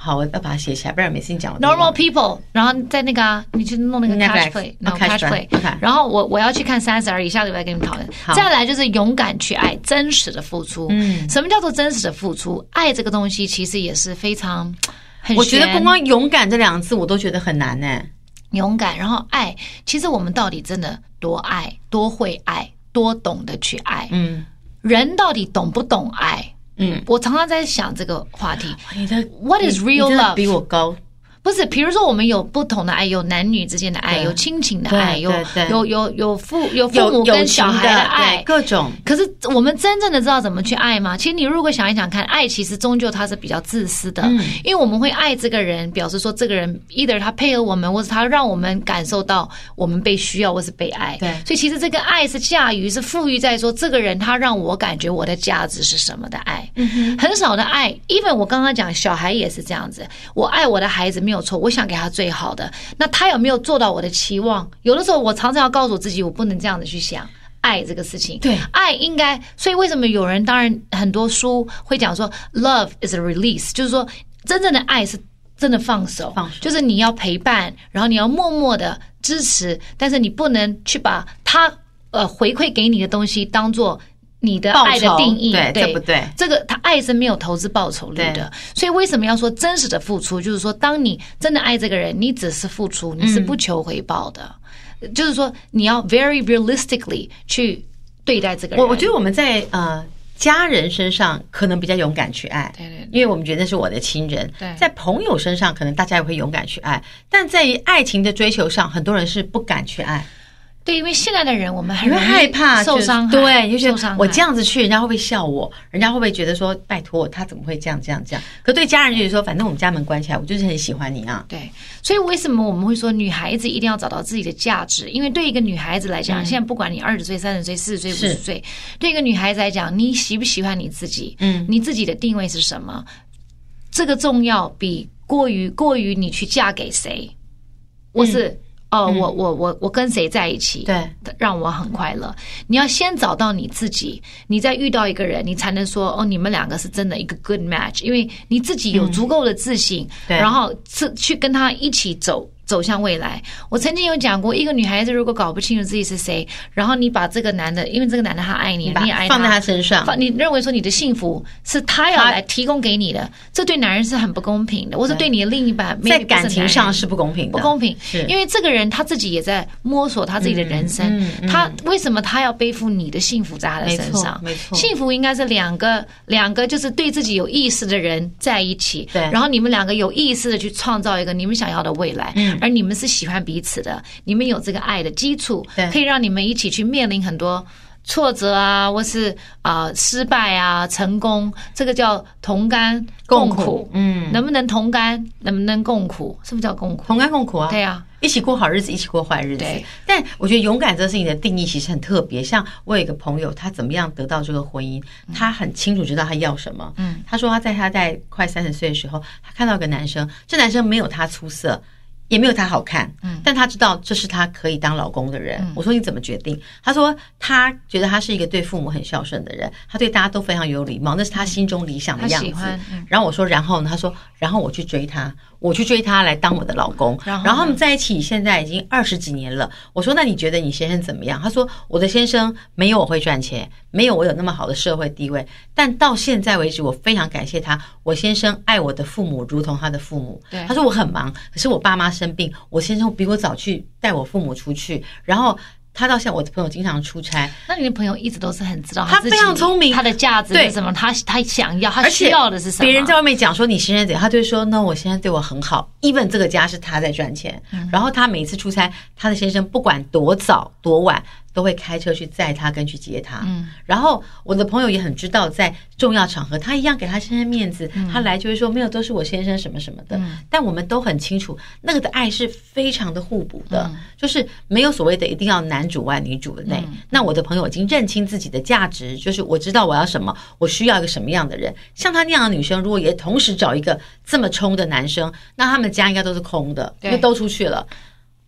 好，我要把它写起来，不然每次你讲我都忘 Normal 了 People，然后在那个啊，你去弄那个 Netflix Cash Play，哦 Catch Cash Play， Play OK。然后我我要去看三十而已，下个礼拜跟你们讨论好。再来就是勇敢去爱，真实的付出。嗯，什么叫做真实的付出？爱这个东西其实也是非常。很我觉得玄光光“勇敢”这两个字，我都觉得很难呢、欸勇敢，然后爱。其实我们到底真的多爱，多会爱，多懂得去爱。嗯人到底懂不懂爱？嗯，我常常在想这个话题。你的 What is 你 real 你真的 love？比我高，不是，比如说我们有不同的爱，有男女之间的爱，对有亲情的爱，对有对对有有有父有父有母友跟情小孩对爱。各种。可是我们真正的知道怎么去爱吗？其实你如果想一想看，爱其实终究它是比较自私的，嗯因为我们会爱这个人，表示说这个人 either 他配合我们，或是他让我们感受到我们被需要或是被爱。对所以其实这个爱是驾驭，是赋予在说这个人他让我感觉我的价值是什么的爱。嗯很少的爱，even 我刚刚讲小孩也是这样子，我爱我的孩子没有错，我想给他最好的，那他有没有做到我的期望？有的时候我常常要告诉自己，我不能这样子去想。爱这个事情，对爱应该，所以为什么有人当然很多书会讲说，love is a release，就是说真正的爱是真的放手，放手就是你要陪伴，然后你要默默的支持，但是你不能去把他呃回馈给你的东西当做你的报爱的酬定义，对这不对这个他爱是没有投资报酬率哎对的，所以为什么要说真实的付出？就是说，当你真的爱这个人，你只是付出，你是不求回报的，就是说你要 very realistically 去对待这个人。我我觉得我们在呃家人身上可能比较勇敢去爱，对对对因为我们觉得那是我的亲人对。在朋友身上，可能大家也会勇敢去爱，但在于爱情的追求上，很多人是不敢去爱，对，因为现在的人我们很你会容易害怕受就是伤害，对，你就受觉得伤我害这样子去，人家会不会笑我？人家会不会觉得说，拜托他怎么会这样这样这样？可对家人就是说，反正我们家门关起来，我就是很喜欢你啊。对，所以为什么我们会说女孩子一定要找到自己的价值？因为对一个女孩子来讲，现在不管你二十岁、三十岁、四十岁、五嗯是十岁，对一个女孩子来讲，你喜不喜欢你自己？嗯，你自己的定位是什么？这个重要比过于过于你去嫁给谁，嗯我是、哦，我我我我跟谁在一起？对，让我很快乐。你要先找到你自己，你再遇到一个人，你才能说哦，你们两个是真的一个 good match，因为你自己有足够的自信，嗯对然后是去跟他一起走。走向未来，我曾经有讲过，一个女孩子如果搞不清楚自己是谁，然后你把这个男的，因为这个男的他爱你，把你也爱放在他身上，放你认为说你的幸福是他要他来提供给你的，这对男人是很不公平的，或者对你的另一半在 maybe 不是感情男上人是不公平的，不公平是，因为这个人他自己也在摸索他自己的人生，嗯嗯他为什么他要背负你的幸福在他的身上？没错没错幸福应该是两个两个就是对自己有意识的人在一起，对然后你们两个有意识的去创造一个你们想要的未来，嗯而你们是喜欢彼此的，你们有这个爱的基础对，可以让你们一起去面临很多。挫折啊，或是啊、呃失败啊，成功，这个叫同甘共苦。苦，嗯，能不能同甘，能不能共苦，是不是叫共苦？同甘共苦啊，对啊，一起过好日子，一起过坏日子对。但我觉得勇敢这个事情的定义其实很特别。像我有一个朋友，他怎么样得到这个婚姻，嗯他很清楚知道他要什么。嗯，他说他在他在快三十岁的时候，他看到一个男生，这男生没有他出色。也没有他好看，嗯，但他知道这是他可以当老公的嗯人。我说你怎么决定？他说他觉得他是一个对父母很孝顺的人，他对大家都非常有礼貌，那是他心中理想的他样喜子。欢嗯然后我说，然后呢？他说，然后我去追他，我去追他来当我的老公。然后呢他们在一起现在已经二十几年了。我说，那你觉得你先生怎么样？他说，我的先生没有我会赚钱，没有我有那么好的社会地位，但到现在为止，我非常感谢他。我先生爱我的父母如同他的父母。对他说我很忙，可是我爸妈生病，我先生比我早去带我父母出去，然后。他到现在，我的朋友经常出差，那你的朋友一直都是很知道他自己非常聪明他的价值对是什么，他他想要，他而且需要的是什么？别人在外面讲说你先生怎样，他就会说那我先生对我很好，even 这个家是他在赚钱。嗯然后他每次出差，他的先生不管多早多晚，都会开车去载他跟去接他。嗯然后我的朋友也很知道，在重要场合，他一样给他先生面子，嗯他来就会说没有，都是我先生什么什么的。但我们都很清楚，那个的爱是非常的互补嗯的，就是没有所谓的一定要男主外女主内。那我的朋友已经认清自己的价值，就是我知道我要什么，我需要一个什么样的人。像她那样的女生，如果也同时找一个这么冲的男生，那他们家应该都是空的，因为对都出去了。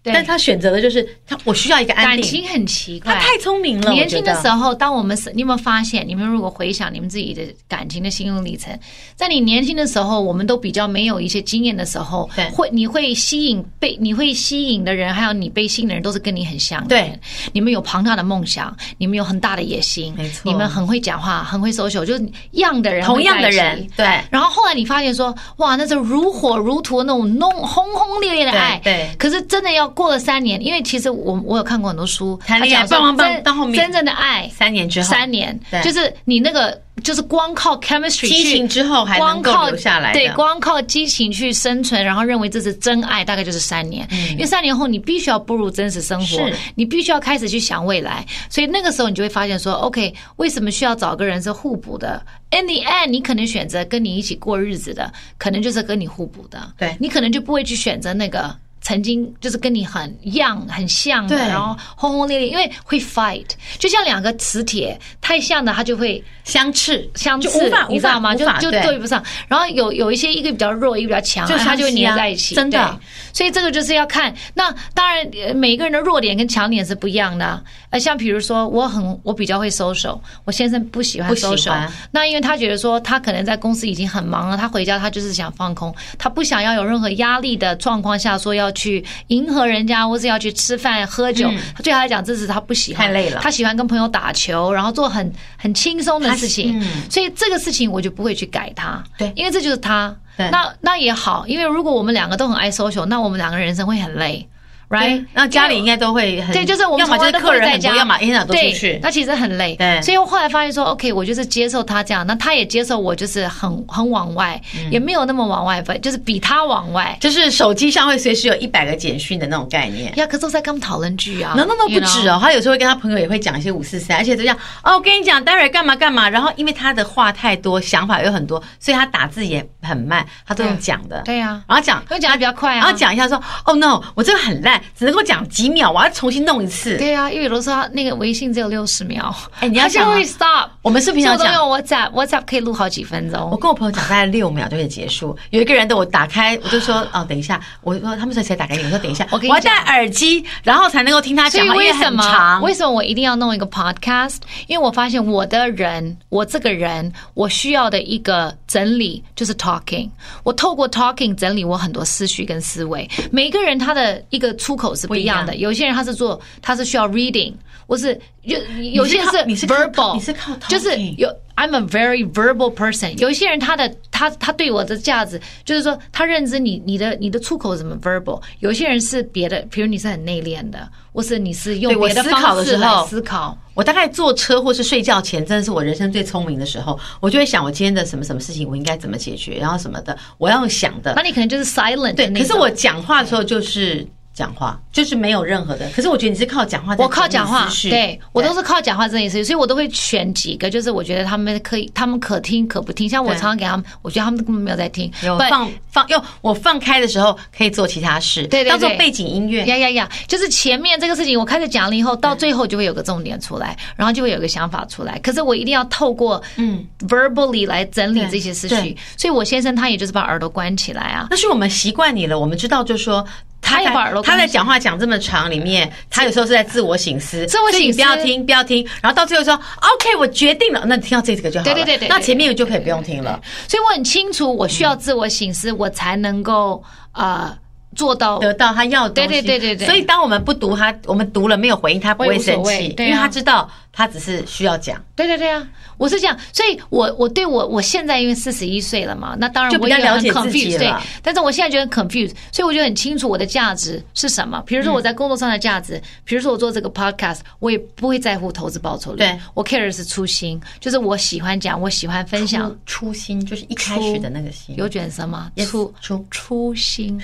对但她选择的就是她，我需要一个安感定。情很奇怪，她太聪明了，年轻的时候，候，当我们是，你有没有发现？你们如果回想你们自己的感情的心路历程，在你年轻的时候，我们都比较没有一些经验的时候对，会你会吸引被你会吸引的人，还有你被吸引的人，都是跟你很像的人。你们有庞大的梦想，你们有很大的野心，没错你们很会讲话，很会 social，就是一样的人，同样的人，对。然后后来你发现说，哇，那是如火如荼那种弄轰轰烈烈的爱，对对可是真的要过了三年，因为其实我我有看过很多书，谈恋爱他讲说棒棒棒真到后面真正的爱三年之后，三年对，就是你那个就是光靠 chemistry 激去情之后还能光够靠留下来的对，光靠激情去生存，然后认为这是真爱，大概就是三年。因为三年后你必须要步入真实生活嗯是，你必须要开始去想未来，所以那个时候你就会发现说，OK，为什么需要找个人是互补的？In the end，你可能选择跟你一起过日子的，可能就是跟你互补的，对你可能就不会去选择那个。曾经就是跟你很一样很像的，对然后轰轰烈烈，因为会 fight，就像两个磁铁太像的，它就会相斥相就似无法，你知道吗？无就法就对对不上。然后有有一些一个比较弱，一个比较强，就它就相吸啊粘在一起，真的对。所以这个就是要看。那当然，呃每个人的弱点跟强点是不一样的啊。呃，像比如说，我很我比较会收手，我先生不喜欢不喜收手欢。那因为他觉得说，他可能在公司已经很忙了，他回家他就是想放空，他不想要有任何压力的状况下说要去迎合人家，或是要去吃饭喝酒。对他来讲，这是他不喜嗯欢。太累了他喜欢跟朋友打球，然后做很很轻松的他事情。嗯所以这个事情我就不会去改它，对因为这就是他。对那那也好，因为如果我们两个都很爱 social，那我们两个人生会很累。 ，right？哎那家里应该都会很对，就是我们要么从来就是客都不是人在很多，家，要么 Anna 都出对去，。那其实很累。对所以我后来发现说，OK，我就是接受他这样，那他也接受我，就是很很往外，嗯也没有那么往外，不就是比他往外。就是手机上会随时有一百个简讯的那种概念。呀，可是我在跟他们讨论剧啊，能能能 you 不 know 止哦，他有时候会跟他朋友也会讲一些五四三，而且这样哦，我跟你讲，待会儿干嘛干嘛。然后因为他的话太多，想法有很多，所以他打字也很慢，他都用讲的。对啊呀、然后讲，会讲的比较快啊，然后讲一下说，哦 no，我这个很烂，只能够讲几秒，我要重新弄一次。对啊呀、因为有的时候他那个微信只有六十秒，哎你要他就想啊会 stop。我们是平所以常我都讲用，WhatsApp，WhatsApp 可以录好几分我钟。跟我朋友讲，大概六秒就可以结束。有一个人的，我打开，我就说， 哦，等一下，我说他们说谁打给你？我说等一下，我跟你要讲戴耳机，然后才能够听他所讲以话，因为什很么长为。什么我一定要弄一个 podcast？因为我发现我的人，我这个人，我需要的一个整理就是 talking。我透过 talking 整理我很多思绪跟思维。每一个人他的一个出口是不一样的，不有些人他是做他是需要 reading，我是有有些人靠你是靠 verbal，你是靠就是 talking 有 I'm a very verbal person。有一些人他的他他对我的价值就是说他认知你你的你的出口怎么 verbal，有一些人是别的，比如你是很内敛的，或是你是用对我别的思考方的式时来候思考。我大概坐车或是睡觉前，真的是我人生最聪明的时候。我就会想，我今天的什么什么事情，我应该怎么解决，然后什么的，我要用想的那。你可能就是 silent 的对，那可是种我讲话的时候就是讲话，就是没有任何的。可是我觉得你是靠讲话在整理思绪，我靠讲话，对我都是靠讲话这件事情，所以我都会选几个，就是我觉得他们可以，他们可听可不听。像我对常常给他们，我觉得他们根本没有在听。有 But- 放放，因为我放开的时候可以做其他事，对对对当做背景音乐。呀呀呀！就是前面这个事情我开始讲了以后，到最后就会有个重点出来，然后就会有个想法出来。可是我一定要透过嗯 verbally 来整理对这些思对绪，所以我先生他也就是把耳朵关起来啊。那是我们习惯你了，我们知道，就是说他他也在把耳朵关他在起讲话讲这么长里面，他有时候是在自我醒思，自我所以醒你思不要听，不要听，然后到最后说 OK，我决定了，那你听到这个就好了，对对对对对那前面就可以不用听了，所以我很清楚，我需要自我醒思，我才能够呃做到得到他要的东西，对对对对对所以当我们不读他，我们读了没有回应，他不我也会无所生谓气，对啊因为他知道他只是需要讲，对对对啊，我是这样，所以我我对我我现在因为四十一岁了嘛，那当然就我比也较了很解自己 confused，对了，但是我现在觉得很 confused，所以我就很清楚我的价值是什么。比如嗯说我在工作上的价值，比如说我做这个 podcast，我也不会在乎投资报酬率，对我 care 的是初心，就是我喜欢讲，我喜欢分享初，初心就是一开始的那个心，有卷舌吗？嗯 Yes，初初初心。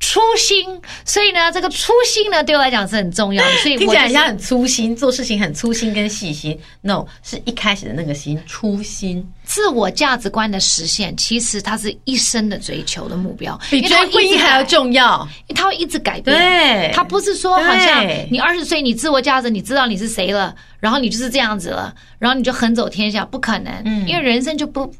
初心，所以呢，这个初心呢，对我来讲是很重要的。所以我听起来就人是家很粗心，做事情很粗心跟细心。No，是一开始的那个心，初心自我价值观的实现，其实它是一生的追求的目标，比因为追它婚一直姻还要改重要。它会一直改变。对，它不是说对好像你二十岁，你自我价值，你知道你是谁了，然后你就是这样子了，然后你就横走天下，不可能，嗯因为人生就不。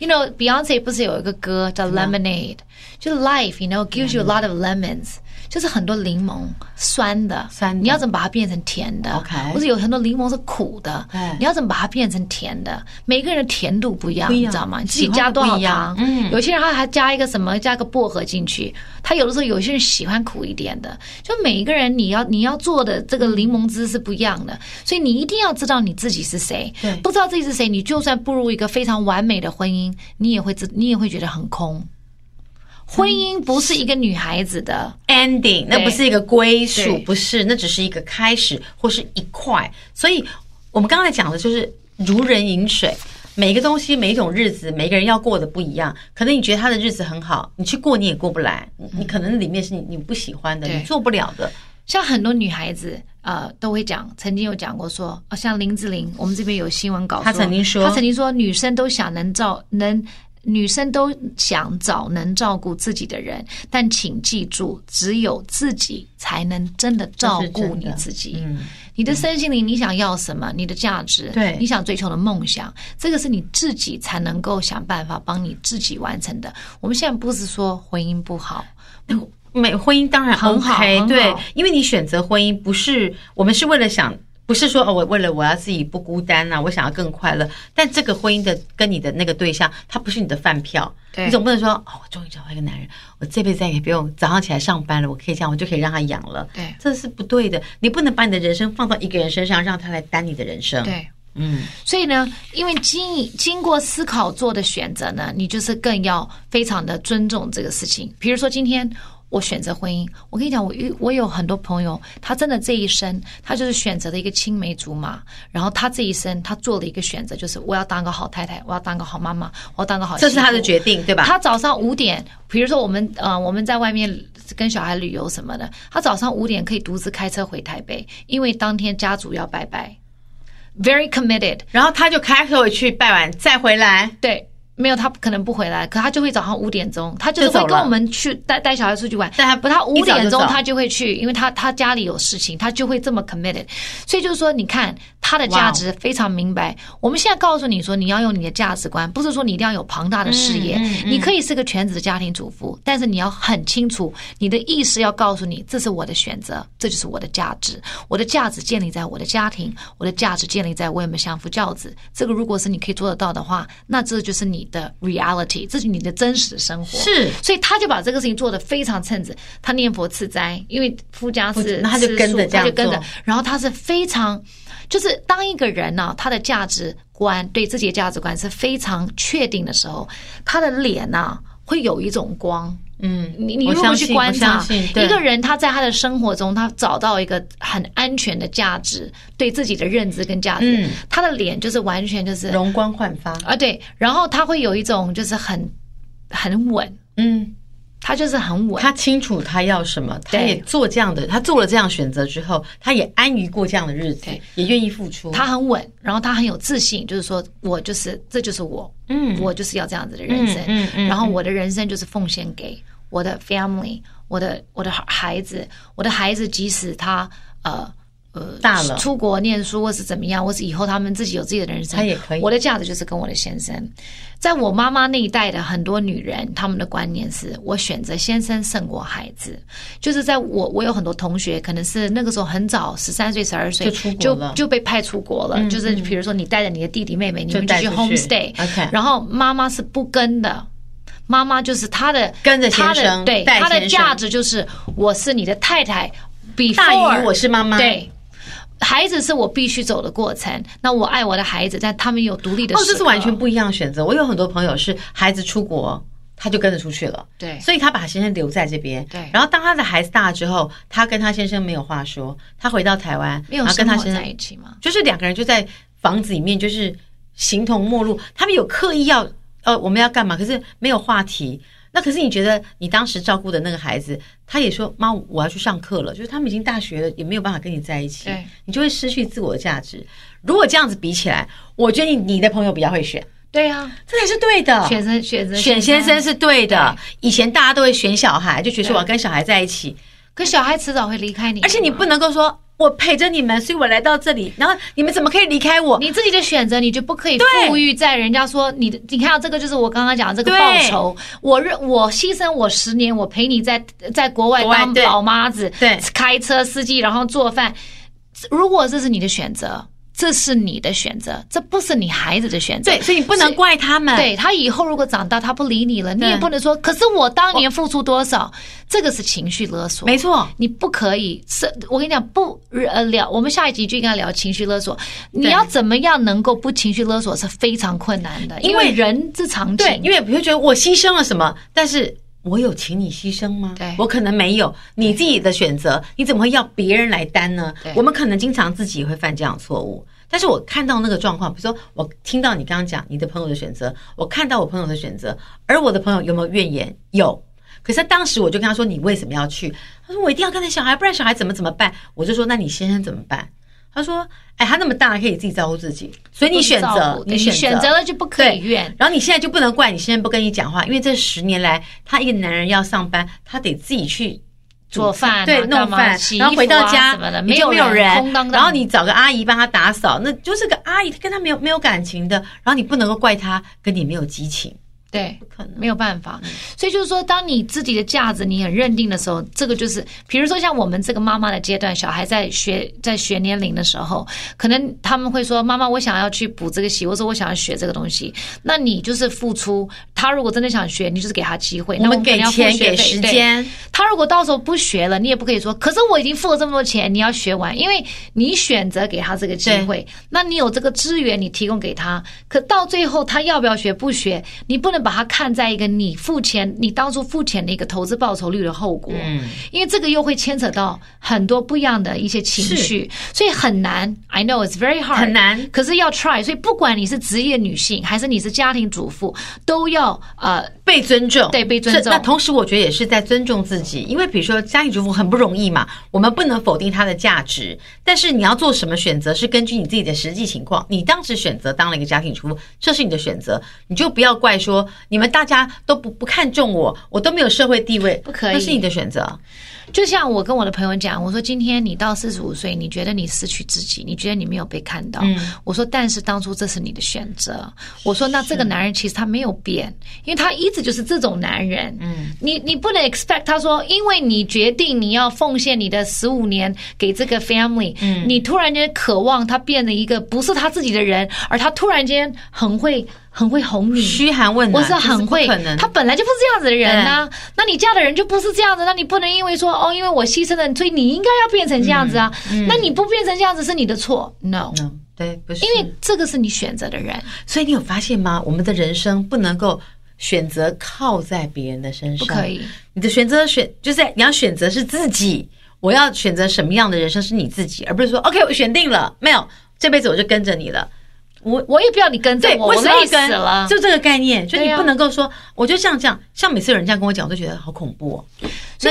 You know, Beyonce 不是有一个歌叫 Lemonade，就是 Life, you know, gives you a lot of lemons，就是很多柠檬酸的，酸的你要怎么把它变成甜的 OK 或者有很多柠檬是苦的对，你要怎么把它变成甜的？每个人的甜度不一样，不一你样知道吗？你喜自己欢加的多不少一样嗯糖？有些人他还加一个什么，加个薄荷进去。他有的时候有些人喜欢苦一点的，就每一个人你要你要做的这个柠檬汁是不一样的，所以你一定要知道你自己是谁对。不知道自己是谁，你就算步入一个非常完美的婚姻，你也会知你也会觉得很空。婚姻不是一个女孩子嗯的， ending，那对不是一个归属对，不是，那只是一个开始或是一块。所以我们刚才讲的就是如人饮水。每个东西，每一种日子，每个人要过的不一样。可能你觉得他的日子很好，你去过你也过不来。你你可能里面是你你不喜欢的，对你做不了的。像很多女孩子呃都会讲，曾经有讲过说，呃、像林志玲，我们这边有新闻稿说，她曾经说她曾经说，女生都想能照能。女生都想找能照顾自己的人，但请记住，只有自己才能真的照顾你自己。你的身心灵，你想要什么？你的价值，嗯对你想追求的梦想，这个是你自己才能够想办法帮你自己完成的。我们现在不是说婚姻不好，美婚姻当然很好 OK，很好对，因为你选择婚姻不是我们是为了想，不是说哦，我为了我要自己不孤单啊，我想要更快乐。但这个婚姻的跟你的那个对象，他不是你的饭票，对你总不能说哦，我终于找到一个男人，我这辈子再也不用早上起来上班了，我可以这样，我就可以让他养了。对这是不对的。你不能把你的人生放到一个人身上，让他来担你的人生。，对，嗯，所以呢，因为经经过思考做的选择呢，你就是更要非常的尊重这个事情。比如说今天我选择婚姻。我跟你讲，我遇我有很多朋友，他真的这一生，他就是选择了一个青梅竹马，然后他这一生他做了一个选择，就是我要当个好太太，我要当个好妈妈，我要当个好媳妇。这是他的决定，对吧？他早上五点，比如说我们呃我们在外面跟小孩旅游什么的，他早上五点可以独自开车回台北，因为当天家族要拜拜，very committed。然后他就开回去拜完再回来，对，没有他可能不回来，可他就会早上五点钟，他就是就会走了跟我们去带带小孩出去玩。但他不，他一早就五点钟走他就会去，因为他他家里有事情，他就会这么 committed。所以就是说，你看他的价值非常明白。我们现在告诉你说，你要用你的价值观，不是说你一定要有庞大的事业，你可以是个全职的家庭主妇，但是你要很清楚，你的意识要告诉你，这是我的选择，这就是我的价值。我的价值建立在我的家庭，我的价值建立在我有没有相夫教子。这个如果是你可以做得到的话，那这就是你的 reality，这是你的真实的生活。是所以他就把这个事情做得非常称职。他念佛吃斋，因为夫家夫是那他就吃跟着素这样他就跟着做。然后他是非常，就是当一个人呢、他的价值观对自己的价值观是非常确定的时候，他的脸呐、会有一种光。嗯，你你我如果相去信观我察相信对一个人，他在他的生活中，他找到一个很安全的价值，对自己的认知跟价值，他的脸就是完全就是嗯容光焕发。啊对，然后他会有一种就是很很稳，嗯，他就是很稳。他清楚他要什么，他对也做这样的，他做了这样选择之后，他也安于过这样的日子对，也愿意付出。他很稳，然后他很有自信，就是说我就是这就是我，嗯，我就是要这样子的人生，嗯嗯嗯然后我的人生就是奉献给我的 family，我的我的孩子，我的孩子即使他呃呃大了出国念书或是怎么样，或是以后他们自己有自己的人生，他也可以我的价值就是跟我的先生，在我妈妈那一代的很多女人，她们的观念是我选择先生胜过孩子，就是在我我有很多同学，可能是那个时候很早，十三岁、十二岁就出国就了嗯就被派出国了，就是比如说你带着你的弟弟妹妹，你们就带去出去 homestay， OK 然后妈妈是不跟的。妈妈就是她的，跟着先她的生对带她的先生价值就是我是你的太太，before 大于我是妈妈，对，孩子是我必须走的过程。那我爱我的孩子，但他们有独立的哦，时这刻是完全不一样的选择。我有很多朋友是孩子出国，他就跟着出去了，对所以他把先生留在这边，对然后当他的孩子大了之后，他跟他先生没有话说，他回到台湾，没有然后跟生他活先在生一起嘛。就是两个人就在房子里面，就是形同陌路。他们有刻意要呃我们要干嘛，可是没有话题。那可是你觉得你当时照顾的那个孩子，他也说妈我要去上课了，就是他们已经大学了，也没有办法跟你在一起对，你就会失去自我价值。如果这样子比起来，我觉得你你的朋友比较会选，对啊，这才是对的。选生选择哦选先生，是对的，以前大家都会选小孩，就觉得说对我要跟小孩在一起，可小孩迟早会离开你，而且你不。能够说我陪着你们，所以我来到这里，然后你们怎么可以离开我？你自己的选择，你就不可以对赋予在人家说你的。你看到这个就是我刚刚讲的这个对报酬，我认我牺牲我十年，我陪你在在国外国外当对老妈子，对开车司机，然后做饭。如果这是你的选择，这是你的选择，这不是你孩子的选择。对，所以你不能怪他们。，对他以后如果长大他不理你了，你哎对也不能说，可是我当年付出多少，这个是情绪勒索。没错，你不可以是，我跟你讲，不呃聊，我们下一集就应该聊情绪勒索。你对要怎么样能够不情绪勒索是非常困难的，因因为为人之常情。对，因为你会觉得我牺牲了什么，但是我有请你牺牲吗？对我可能没有。你自己的选择，你怎么会要别人来担呢对？我们可能经常自己也会犯这样的错误。但是我看到那个状况，比如说我听到你刚刚讲你的朋友的选择，我看到我朋友的选择，而我的朋友有没有怨言？有。可是当时我就跟他说：“你为什么要去？”他说：“我一定要跟着小孩，不然小孩怎么怎么办？”我就说：“那你先生怎么办？”他说：“哎，他那么大了，可以自己照顾自己，所以你选照择顾，对你你选择了就不可以对怨。然后你现在就不能怪你先生不跟你讲话，因为这十年来，他一个男人要上班，他得自己去煮做饭啊对，干嘛弄饭洗，衣服啊然后回到家什么的你就没没有有人空荡荡然后你找个阿姨帮他打扫，那就是个阿姨，跟他没有没有感情的，然后你不能够怪他跟你没有激情，对，不可能。嗯没有办法。所以就是说，当你自己的价值你很认定的时候，这个就是，比如说像我们这个妈妈的阶段，小孩在学在学年龄的时候，可能他们会说：“妈妈，我想要去补这个习，或者我想要学这个东西。”那你就是付出。他如果真的想学，你就是给他机会。我那们可能给要付钱学给费时。对间，他如果到时候不学了，你也不可以说，可是我已经付了这么多钱，你要学完，因为你选择给他这个机会，那你有这个资源，你提供给他，可到最后他要不要学不学，你不能把它看在一个你付钱，你当初付钱的一个投资报酬率的后果，嗯，因为这个又会牵扯到很多不一样的一些情绪，所以很难。I know it's very hard，很难可是要 try。所以不管你是职业女性还是你是家庭主妇，都要呃被尊重，对被尊重是那同时，我觉得也是在尊重自己，因为比如说家庭主妇很不容易嘛，我们不能否定她的价值，但是你要做什么选择是根据你自己的实际情况。你当时选择当了一个家庭主妇，这是你的选择，你就不要怪说你们大家都不不看重我，我都没有社会地位，不可以那是你的选择。就像我跟我的朋友讲，我说今天你到四十五岁，你觉得你失去自己，你觉得你没有被看到。我说，但是当初这是你的选择。我说，那这个男人其实他没有变，因为他一直就是这种男人。嗯，你你不能 expect 他说，因为你决定你要奉献你的十五年给这个 family，嗯，你突然间渴望他变得一个不是他自己的人，而他突然间很会很会哄你，嘘寒问暖，我是很会这是不可能，他本来就不是这样子的人呐、那你嫁的人就不是这样子，那你不能因为说哦，因为我牺牲了，所以你应该要变成这样子啊。那你不变成这样子是你的错，no，嗯，对，不是因为这个是你选择的人，所以你有发现吗？我们的人生不能够选择靠在别人的身不上，可以。你的选择选就是你要选择是自己，我要选择什么样的人生是你自己，而不是说 OK 我选定了，没有这辈子我就跟着你了。我我也不要你跟着对，我，为我什累么要死了跟？。就这个概念，就对你啊不能够说，我就这样这样。像每次有人这样跟我讲，我都觉得好恐怖哦，所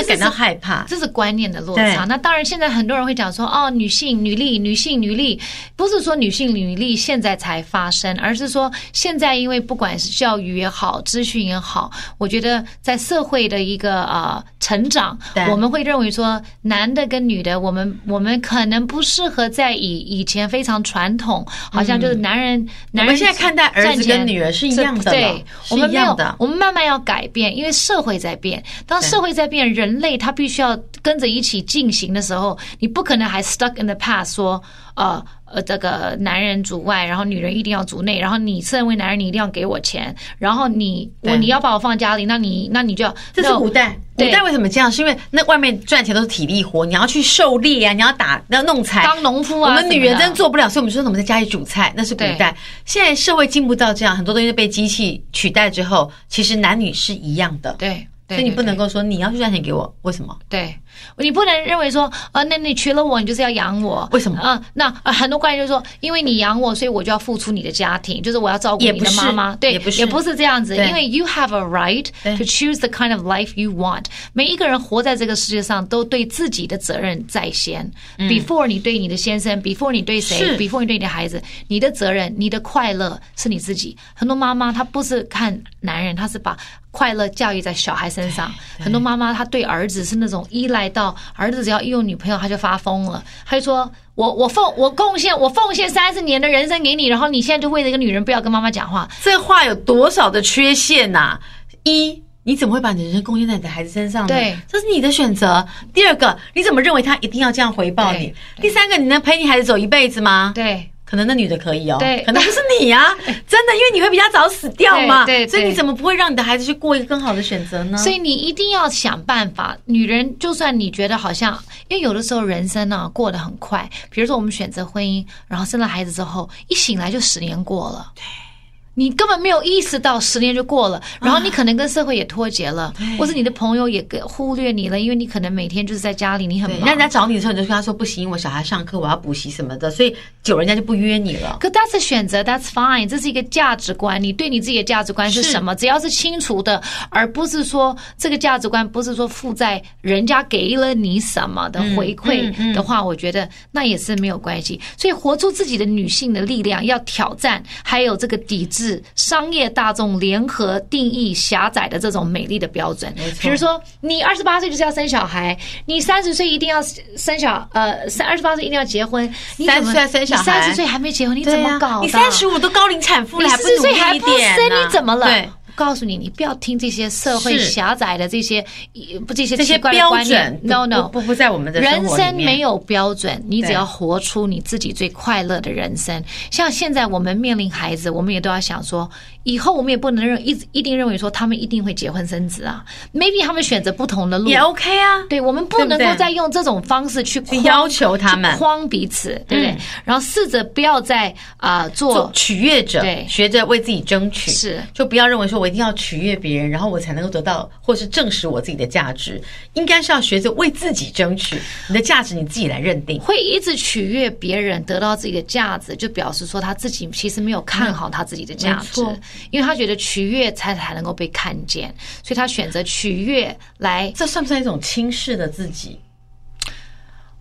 所以以这是感到害怕。这是观念的落差。对那当然，现在很多人会讲说，哦，女性、女力、女性、女力，不是说女性、女力现在才发生，而是说现在因为不管是教育也好，资讯也好，我觉得在社会的一个呃成长对，我们会认为说，男的跟女的，我们我们可能不适合在以以前非常传统，好像就是男嗯人，我男们人现在看待儿子跟女儿是一样的了，对，我们是一没有样的，。我们慢慢要改变，因为社会在变。当对社会在变，人类他必须要跟着一起进行的时候，你不可能还 stuck in the past 说，呃呃，这个男人主外，然后女人一定要主内，然后你身为男人，你一定要给我钱，然后你我对你要把我放家里，那你那你就要这是 no，古代。古对代为什么这样？是因为那外面赚钱都是体力活，你要去狩猎啊，你要打要弄柴，当农夫啊我什们么的女人真做不了，所以我们说我们在家里煮菜，那是古代。现在社会进步到这样，很多东西被机器取代之后，其实男女是一样的。对。对所以你对不对能够说你要去赚钱给我，为什么？对你不能认为说，呃，那你娶了我，你就是要养我，为什么啊、那、呃、很多观念就是说，因为你养我，所以我就要付出你的家庭，就是我要照顾也你不的是妈妈，对，也不是这样子，对因为 you have a right 对 to choose the kind of life you want。每一个人活在这个世界上，都对自己的责任在先、b 嗯 e f o r e 你对你的先生，before 你对谁是，before 你对你的孩子，你的责任、你的快乐是你自己。很多妈妈她不是看男人，她是把快乐教育在小孩身上。很多妈妈她对儿子是那种依赖到儿子只要一有女朋友，她就发疯了，她就说。我我奉我贡献我奉献三十年的人生给你，然后你现在就为了一个女人不要跟妈妈讲话，这话有多少的缺陷呐、一，你怎么会把你的人生贡献在你的孩子身上呢？对这是你的选择。第二个，你怎么认为他一定要这样回报你对？第三个，你能陪你孩子走一辈子吗？对，可能那女的可以哦，对可能不是你 呀、真的，因为你会比较早死掉嘛，对对所以对你怎么不会让你的孩子去过一个更好的选择呢？所以你一定要想办法。女人，就算你觉得好像，因为有的时候人生呢、过得很快，比如说我们选择婚姻，然后生了孩子之后，一醒来就十年过了。你根本没有意识到十年就过了，然啊后你可能跟社会也脱节了，或是你的朋友也跟忽略你了，因为你可能每天就是在家里，你很对，忙那。人家找你的时候，你就跟他说不行，我小孩上课，我要补习什么的，所以久人家就不约你了。可 that's a 选择，that's fine，这是一个价值观，你对你自己的价值观是是什么？只要是清楚的，而不是说这个价值观不是说附在人家给了你什么嗯的回馈的话，我觉得那也是没有关系。所以活出自己的女性的力量，要挑战，还有这个抵制商业大众联合定义狭窄的这种美丽的标准没。错比如说，你二十八岁就是要生小孩，你三十岁一定要生小，呃，三二十八岁一定要结婚，你怎30么岁要生小孩三啊十岁还没结婚，你对怎呀么搞的？你三十五都高龄产妇你了，还四不十努岁力还一不点、啊啊生，你怎么了对，？告诉你，你不要听这些社会是狭窄的这些呃不这些这奇些怪的标观准念，no no，不不不在我们的生人活里生面没有标准，你只对要活出你自己最快乐的人生。像现在我们面临孩子，我们也都要想说，以后我们也不能认一直一定认为说他们一定会结婚生子啊，maybe 他们选择不同的路也。OK 啊，对，我们不对不能够对再用这种方式去去框要求他去们嗯框彼此，对不对？然后试着不要再啊、做做取悦者对，学着为自己争取，是就不要认为说我一定要取悦别人，然后我才能够得到或是证实我自己的价值，应该是要学着为自己争取，你的价值你自己来认定。会一直取悦别人，得到自己的价值，就表示说他自己其实没有看好他自己的价值没错，因为他觉得取悦才才能够被看见，所以他选择取悦来。这算不算一种轻视的自己？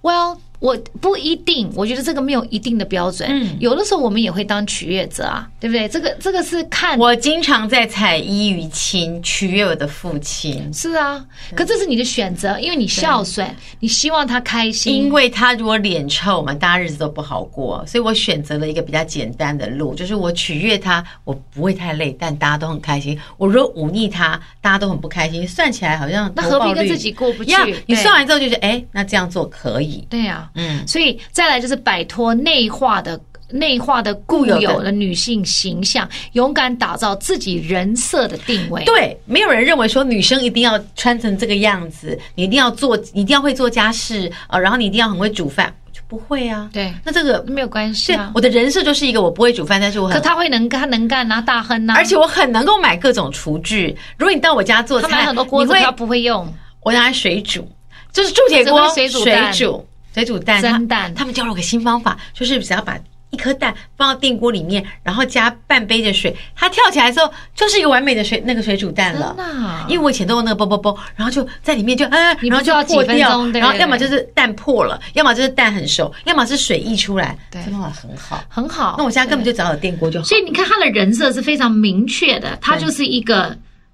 Well，我不一定，我觉得这个没有一定的标准。嗯，有的时候我们也会当取悦者啊，对不对？这个这个是看。我经常在采衣于亲，取悦我的父亲，是啊，可这是你的选择，因为你孝顺，你希望他开心因。为他如果脸臭嘛，大家日子都不好过，所以我选择了一个比较简单的路，就是我取悦他，我不会太累，但大家都很开心；我如果忤逆他，大家都很不开心。算起来好像那何必投报率跟自己过不去呀对你算完之后就觉得，哎，那这样做可以。对呀、嗯，所以再来就是摆脱内化的。内化的固有的有的女性形象，勇敢打造自己人设的定位。对，没有人认为说女生一定要穿成这个样子，你一定要做，你一定要会做家事啊，然后你一定要很会煮饭，我就不会啊。对那这个没有关系对啊。我的人设就是一个我不会煮饭，但是我可很她会能干，她能干啊，大亨呐、而且我很能够买各种厨具。如果你到我家做她菜，买很多锅子，你她会不会用。我拿来水煮，就是铸铁我锅只会水煮水蛋煮水煮蛋蒸他蛋他们教了我个新方法，就是只要把一颗蛋放到电锅里面，然后加半杯的水，它跳起来之后就是一个完美的水那个水煮蛋了真的啊。因为我以前都用那个啵啵啵，然后就在里面就哎，你不然后知道就几破分掉钟，对然后对要么对就是蛋破了，要么就是蛋很熟，要么是水溢出来，对这方法很好。很好。那我现在根本就只要有电锅就好。所以你看她的人设是非常明确的，她对就是一个，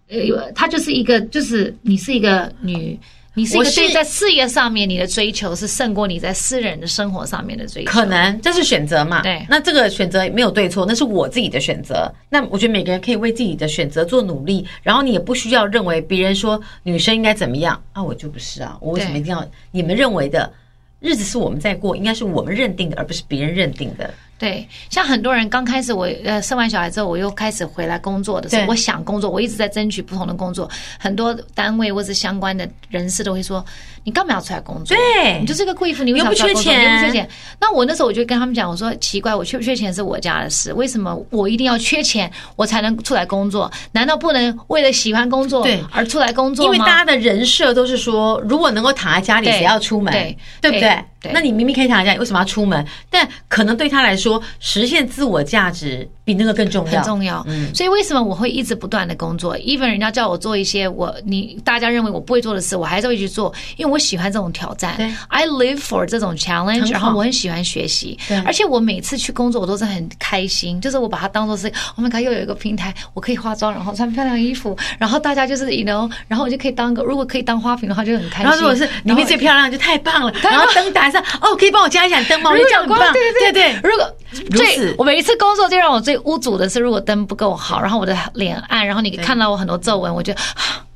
呃，她就是一个，就是你是一个女，你是一我个是对在事业上面你的追求是胜过你在私人的生活上面的追求。可能这是选择嘛？对那这个选择没有对错，那是我自己的选择。那我觉得每个人可以为自己的选择做努力，然后你也不需要认为别人说女生应该怎么样啊，我就不是啊，我为什么对一定要你们认为的日子是我们在过，应该是我们认定的，而不是别人认定的。对，像很多人刚开始我呃生完小孩之后，我又开始回来工作的时候，对我想工作，我一直在争取不同的工作。很多单位或是相关的人士都会说：“你干嘛要出来工作？对你就是个贵妇，你为又啥不出来缺工作？你又不缺钱钱。”那我那时候我就跟他们讲，我说：“奇怪，我缺不缺钱是我家的事，为什么我一定要缺钱我才能出来工作？难道不能为了喜欢工作对而出来工作因吗？”为大家的人设都是说，如果能够躺在家里，对谁要出门？对不对对？对那你明明可以躺在家里，为什么要出门？但可能对他来说，实现自我价值比那个更重要。嗯很重要。所以为什么我会一直不断的工作？even 人家叫我做一些我你大家认为我不会做的事，我还是会去做，因为我喜欢这种挑战对。 I live for 这种很 challenge，好然后我很喜欢学习对，而且我每次去工作我都是很开心，就是我把它当做是 Oh my God，又有一个平台，我可以化妆，然后穿漂亮衣服，然后大家就是 you know，然后我就可以当个如果可以当花瓶的话就很开心。然后如果是里然后面最漂亮就太棒了，然后灯打上，哦，可以帮我加一盏灯吗？我如觉得这样果很有光，棒，对嗯对对。如果如最此我每一次工作最让我最污阻的是，如果灯不够好，然后我的脸暗，然后你看到我很多皱纹，我就啊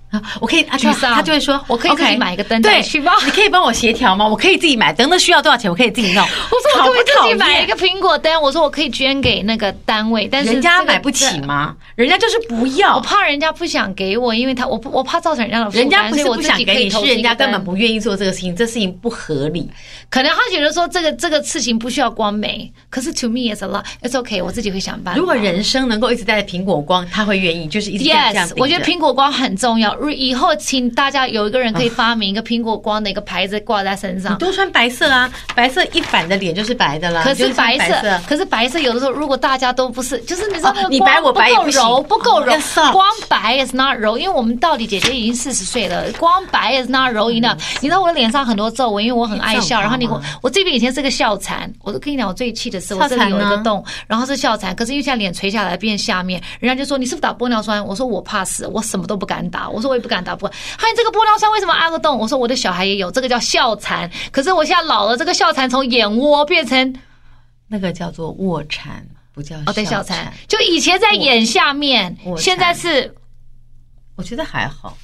啊我可以，啊沮他丧他就会说，我可以自己 OK，买一个灯带对，去吧你可以帮我协调吗？我可以自己买灯，那需要多少钱？我可以自己弄。我 我说讨我不可不可以自讨己厌买一个苹果灯？我说我可以捐给那个单位，但是人家这个买不起这吗？人家就是不我要，怕人家不想给我，因为他我不我怕造成人家的负担，人家不是所以我不自想己可给以你，投是资人家一个根本单不愿意做这个事情，这事情不合理。可能他觉得说这个这个事情不需要光美，可是 to me it's a lot，it's okay，我自己会想办法。如果人生能够一直戴着苹果光，他会愿意，就是一直这样这样 Yes，顶着。我觉得苹果光很重要。如以后请大家有一个人可以发明一个苹果光的一个牌子挂在身你上。多穿白色啊，白色一反的脸就是白的啦。可你就是穿白色，色可是白色有的时候，如果大家都不是，就是你知道哦那个你光白我白也不够不行柔，不够哦柔要 soft，光白 is not 柔，因为我们到底姐姐已经四十岁了，光白 is not 嗯柔 enough。你知道我的脸上很多皱纹，因为我很你爱知道笑，我然后你吗我我这边以前是个笑残，我都跟你讲，我最气的是我这里有一笑个残呢洞，然后是笑残，可是因为现在脸垂下来变下面，人家就说你是不是打玻尿酸？我说我怕死，我什么都不敢打，我说我也不敢打玻。还有这个玻尿酸为什么按个洞？我说我的小孩也有，这个叫笑残，可是我现在老了，这个笑残从眼窝变成那个叫做卧蚕，不叫哦对笑小残，就以前在眼下面卧，现在是我觉得还好，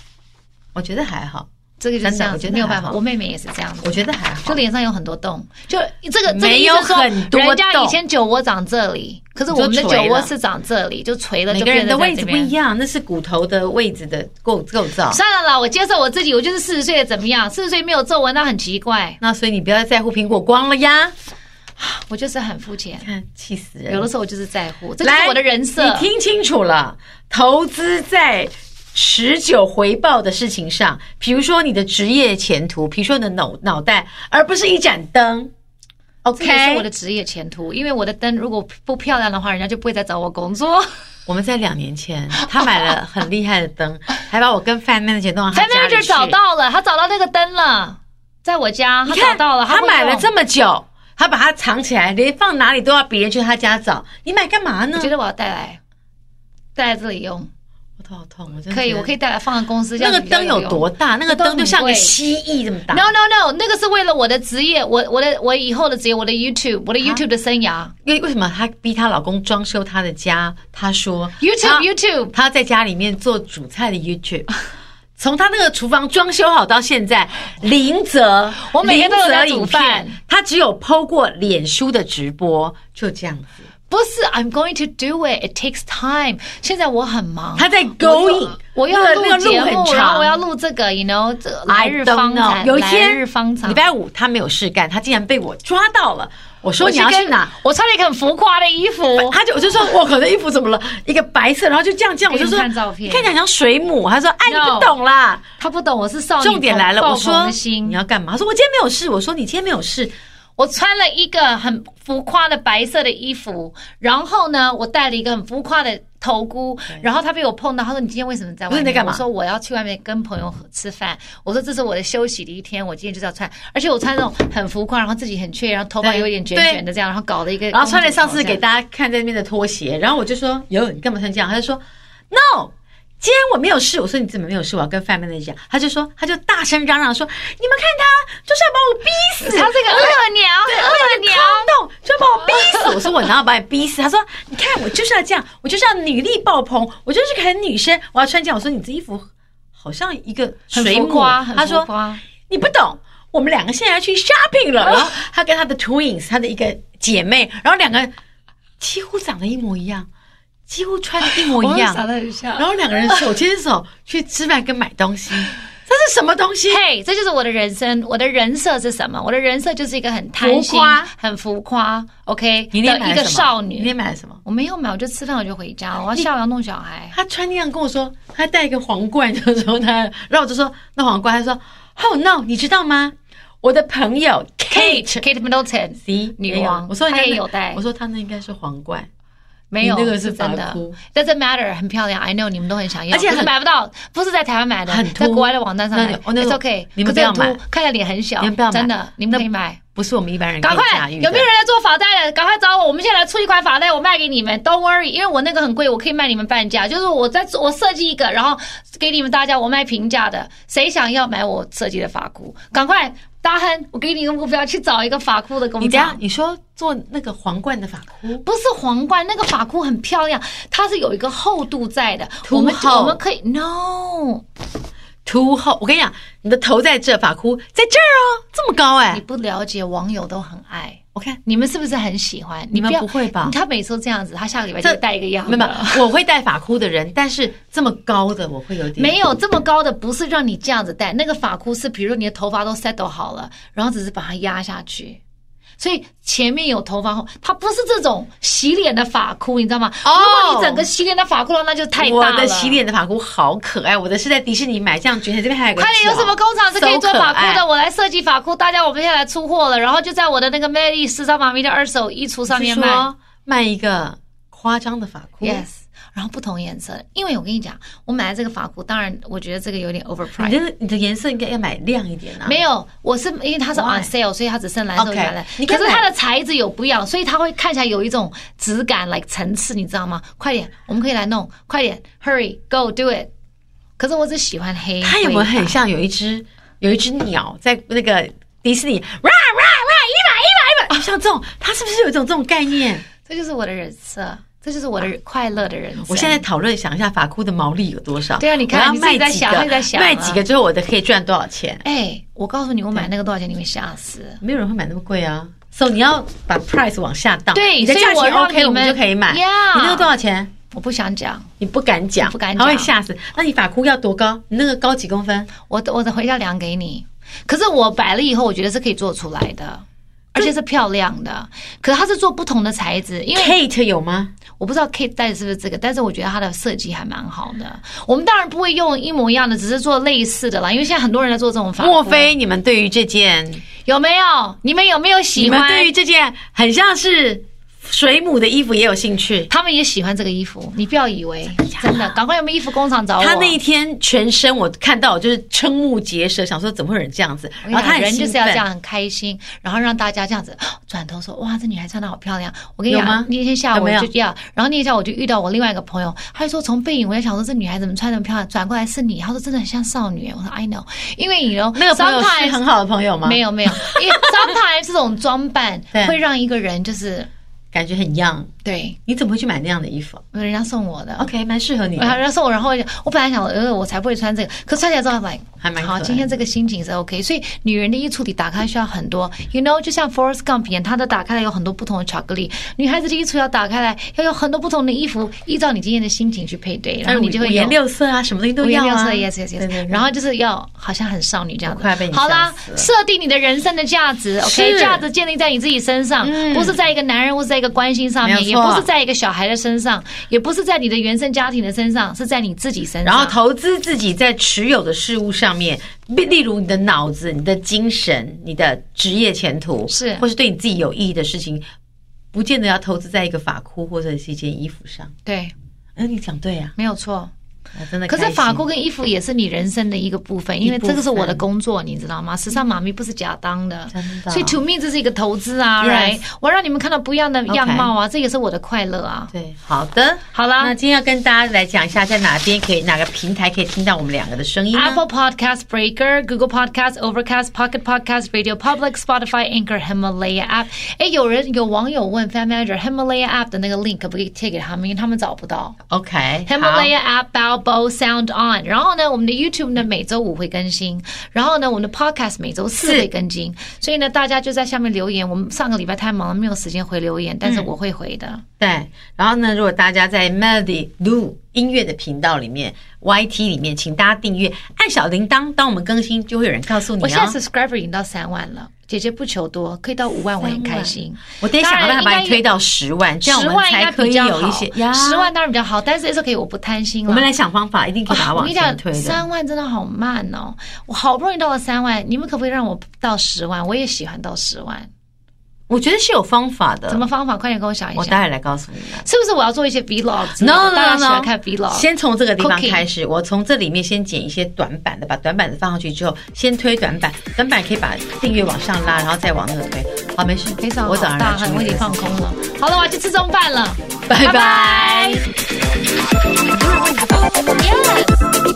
我觉得还好，这个就是这真样的我觉啊子，得没有办还法。好我妹妹也是这样子，我觉得还好。就脸上有很多洞，就这个这个没医生有说很多人家洞以前酒窝长这里，可是我们的就垂酒窝了是长这里，就垂了，每就个人变的成在位这置不边一样，那是骨头的位置的构构造。算了啦，我接受我自己，我就是四十岁了，怎么样？四十岁没有皱纹，那很奇怪。那所以你不要在乎苹果光了呀！我就是很肤浅，看，气死人有了！的时候我就是在乎，这就来，是我的人设你。听清楚了，投资在持久回报的事情上，比如说你的职业前途，比如说你的脑脑袋，而不是一盏灯。哦这也是 OK，我的职业前途，因为我的灯如果不漂亮的话，人家就不会再找我工作。我们在两年前，他买了很厉害的 灯，还把我跟 Fan Manager 弄到 f 他 a 家 m 里 a 去找到了，他找到那个灯了，在我家，他你看找到了，他会买了用这么久，他把它藏起来，连放哪里都要别人去他家找。你买干嘛呢我？觉得我要带来，带来这里用，我头好痛，我真的可以，觉得我可以带来放在公司。嗯这那样个子比较灯有用多大？那个灯灯就像很个贵蜥蜴这么大。 ？No No No，那个是为了我的职业，我我的我以后的职业，我的 YouTube，我的啊 YouTube 的生涯因为为什么她逼她老公装修她的家？她说，YouTube 她 YouTube，她在家里面做煮菜的 YouTube。从 她那个厨房装修好到现 在，林泽，我每天都有在林泽煮影饭片，她只有 PO 过脸书的直播，就这样子。不是，I'm going to do it. It takes time. 现在我很忙，她在我 going，要我要那个录那个节路很目，然后长我要录这个，you know，这个来 I 日 don't 方 know 长，有一来天日方长礼。拜五他没有事干，他竟然被我抓到了。我说我你要去跟哪？？我穿了一个很浮夸的衣服，他就我就说我可能衣服怎么了？一个白色，然后就这样这样，我给你就说看照片你看起来像水母。他说哎，你 No 不懂啦。他不懂我是少女，重点来了，我说的你心，要干嘛？他说我今天没有事。我说你今天没有事，我穿了一个很浮夸的白色的衣服，然后呢，我戴了一个很浮夸的头箍，然后他被我碰到，他说你今天为什么在外不是面？你在干嘛我说我要去外面跟朋友喝吃饭，我说这是我的休息的一天，我今天就是要穿，而且我穿那种很浮夸，然后自己很雀，然后头发对有点卷卷的这样，然后搞了一个，然后穿了上次给大家看在那边的拖鞋，然后我就说哟，你干嘛穿这样？他就说 no。今天我没有事，我说你怎么没有事？我要跟范妹妹讲，他就说，他就大声嚷嚷说，你们看他就是要把我逼死，他 这个恶娘，恶娘。冲动，就把我逼死。我说我哪有把你逼死？他说你看我就是要这样，我就是要女力爆棚，我就是个很女生，我要穿这样。我说你这衣服好像一个很水浮母夸，。很他浮说夸。你不懂，我们两个现在要去 shopping 了。然后他跟他的 twins，他的一个姐妹，然后两个几乎长得一模一样，几乎穿的一模一样，了一下然后两个人手牵手去吃饭跟买东西，这是什么东西？嘿这就是我的人生，我的人设是什么？我的人设就是一个很贪浮心夸、很浮夸，OK 你那的天买了什一个么？少你女那。天哎买了什么？我没有买，我就吃饭我就回家，我要下午要弄小孩。他穿那样跟我说，他戴一个皇冠，就说他，然后我就说那皇冠，他说 Oh no，你知道吗？我的朋友 Kate。 Kate Middleton C 女王我说人家她也那有戴我说他那应该是皇冠，没有，你那个是真法的哭。 Doesn't matter，很漂亮，I know 你们都很想要，而且很可是买不到，不是在台湾买的很，在凸国外的网站上那买你。哦那 It's 种 OK，你们可是很不要买凸看起来脸很小，你们不要买真的，你们可以买。不是我们一般人可赶以快，驾驭的有没有人在做发带的？赶快找我，我们现在来出一款发带，我卖给你们。Don't worry，因为我那个很贵，我可以卖你们半价。就是我在做我设计一个，然后给你们大家，我卖平价的。谁想要买我设计的发箍？赶快，大亨，我给你一个目标，去找一个发箍的工你等一下厂。你说做那个皇冠的发箍，不是皇冠，那个发箍很漂亮，它是有一个厚度在的。凸我们厚我们可以 no，秃后，我跟你讲，你的头在这，发箍在这儿哦，这么高哎、你不了解，网友都很爱。我看你们是不是很喜欢？你们要嗯不会吧他每次都这样子，他下个礼拜就带一个样没的。有，没有我会戴发箍的人，但是这么高的我会有点没有这么高的，不是让你这样子戴。那个发箍是，比如说你的头发都 settle 好了，然后只是把它压下去。所以前面有头发，它不是这种洗脸的发箍，你知道吗？哦如果你整个洗脸的发箍了，那就太大我了。的洗，脸的发箍好可爱，我的是在迪士尼买，这样卷起来这边还有个快点，有角什么工厂是可以做手发箍可爱的？我来设计发箍，大家我们现在来出货了，然后就在我的那个魅力时尚妈咪的二手衣橱上面是卖。说卖一个夸张的法箍。 Yes，然后不同颜色，因为我跟你讲，我买了这个发箍，当然我觉得这个有点 overpriced 你。的你的颜色应该要买亮一点啊。没有，我是因为它是 Why？ on sale，所以它只剩蓝色 OK，原来。你可看是看它的材质有不一样，所以它会看起来有一种质感，like 层次，你知道吗？快点，我们可以来弄，快点，hurry go do it。可是我只喜欢黑。它有没有很像有一只有一只鸟在那个迪士尼哇哇哦哇一百一百一百，就像这种，它是不是有一种这种概念？这就是我的人设。这就是我的快乐的人生。我现在讨论想一下法库的毛利有多少？对啊你看我要你自卖己在几想个，你在想啊卖几个之后我的可以赚多少钱？哎，我告诉你，我买那个多少钱，你会吓死。没有人会买那么贵啊。所、so, 以你要把 price 往下档，对你的所以价我钱让 OK，你我们们就可以买。 Yeah 你那个多少钱？我不想讲，你不敢讲，不敢他会讲吓死。那你法库要多高？你那个高几公分？我的我的回家量给你。可是我摆了以后，我觉得是可以做出来的，而且是漂亮的。可是它是做不同的材质，因为 Kate 有吗？我不知道 Kate 戴的是不是这个，但是我觉得它的设计还蛮好的。我们当然不会用一模一样的，只是做类似的啦，因为现在很多人在做这种法。莫非你们对于这件，有没有？你们有没有你喜们欢？对于这件很像是水母的衣服也有兴趣？他们也喜欢这个衣服，你不要以为真的，赶快有没有衣服工厂找我。他那一天全身我看到我就是瞠目结舌，想说怎么会有人这样子？我然后啊他很跟你讲，人就兴是要这奋，样很开心，然后让大家这样子转头说：“哇，这女孩穿的好漂亮。”我跟你有吗讲，那天下午有我没有就这样，然后那天下午我就遇到我另外一个朋友，他就说从背影我就想说这女孩怎么穿得那么漂亮，转过来是你，他说真的很像少女。我说 I know，因为你 know 那个朋友是 sometimes- 很好的朋友吗？没有没有，因为 sometimes 这种装扮 对会让一个人就是感觉很 young。对你怎么会去买那样的衣服人家送我的。 ？OK，蛮适合你然后的。然后送我，然后我就我本来想，呃，我才不会穿这个，可穿起来之后，like，还蛮可爱好，的今天这个心情是 OK。所以女人的衣橱里打开需要很多，you know，就像 Forrest Gump 一样，它的打开来有很多不同的巧克力。女孩子的衣橱要打开来，要有很多不同的衣服，依照你今天的心情去配对，然后你就会五颜有。六色啊，什么东西都五颜要六啊。色，yes yes 对对 yes，对然后就是要好像很少女这样我子快被你。好啦吓死，了设定你的人生的价值是嗯，OK，价值建立在你自己身上，不是在一个男人或是在一个关心上没有面，错也不是在一个小孩的身上，也不是在你的原生家庭的身上，是在你自己身上。然后投资自己在持有的事物上面，例例如你的脑子、你的精神、你的职业前途，是或是对你自己有意义的事情，不见得要投资在一个法裤或者是一件衣服上。对，嗯，你讲对啊，没有错。我真的可开是心。法国跟衣服也是你人生的一个部分，因为这个是我的工作，你知道吗？时尚妈咪不是假当的嗯真，的所以 to me 这是一个投资啊 Yes ，right？我让你们看到不一样的样貌啊，这也是我的快乐啊。对，好的，好那啦今天要跟大家来讲一下，在哪边可以哪个平台可以听到我们两个的声音呢？ Apple Podcast Breaker、Google Podcast、Overcast、Pocket Podcast、Radio Public、Spotify、Anchor、Himalaya App。哎，有人有网友问 Fan Manager Himalaya App 的那个 link 可不可以贴给他们，因为他们找不到。 OK，好 Himalaya App、Balbo、Sound On，然后呢，我们的 YouTube 呢每周五会更新，然后呢，我们的 Podcast 每周四会更新，所以呢，大家就在下面留言。我们上个礼拜太忙了，没有时间回留言，但是我会回的。对，然后呢，如果大家在 Melody Lu 音乐的频道里面、YT 里面，请大家订阅，按小铃铛，当我们更新就会有人告诉你、哦。我现在 subscriber 已经到三万了，姐姐不求多，可以到五万我很开心。我得想当办然法把你应该推到十万，这样我十们万应才该可比以较有好一些呀。十万当然比较好，但是 OK，我不贪心了。啊我们来想方法，一定可以把它我往跟哦你前讲推，的。三万真的好慢哦！我好不容易到了三万，你们可不可以让我到十万？我也喜欢到十万，我觉得是有方法的什，么方法？快点跟我想一嗯我下待。会来告诉你们。是不是我要做一些 vlog？ No 大 no 家喜 no，欢看 vlog。先从这个地方 Cooking 开始。我从这里面先剪一些短板的，把短板的放上去之后，先推短板，短板可以把订阅往上拉，然后再往那个推。好，没事，非啊常好我早上来大处理汗，我已这经个放事情空了。好了，我要去吃中饭了，拜拜。 Yes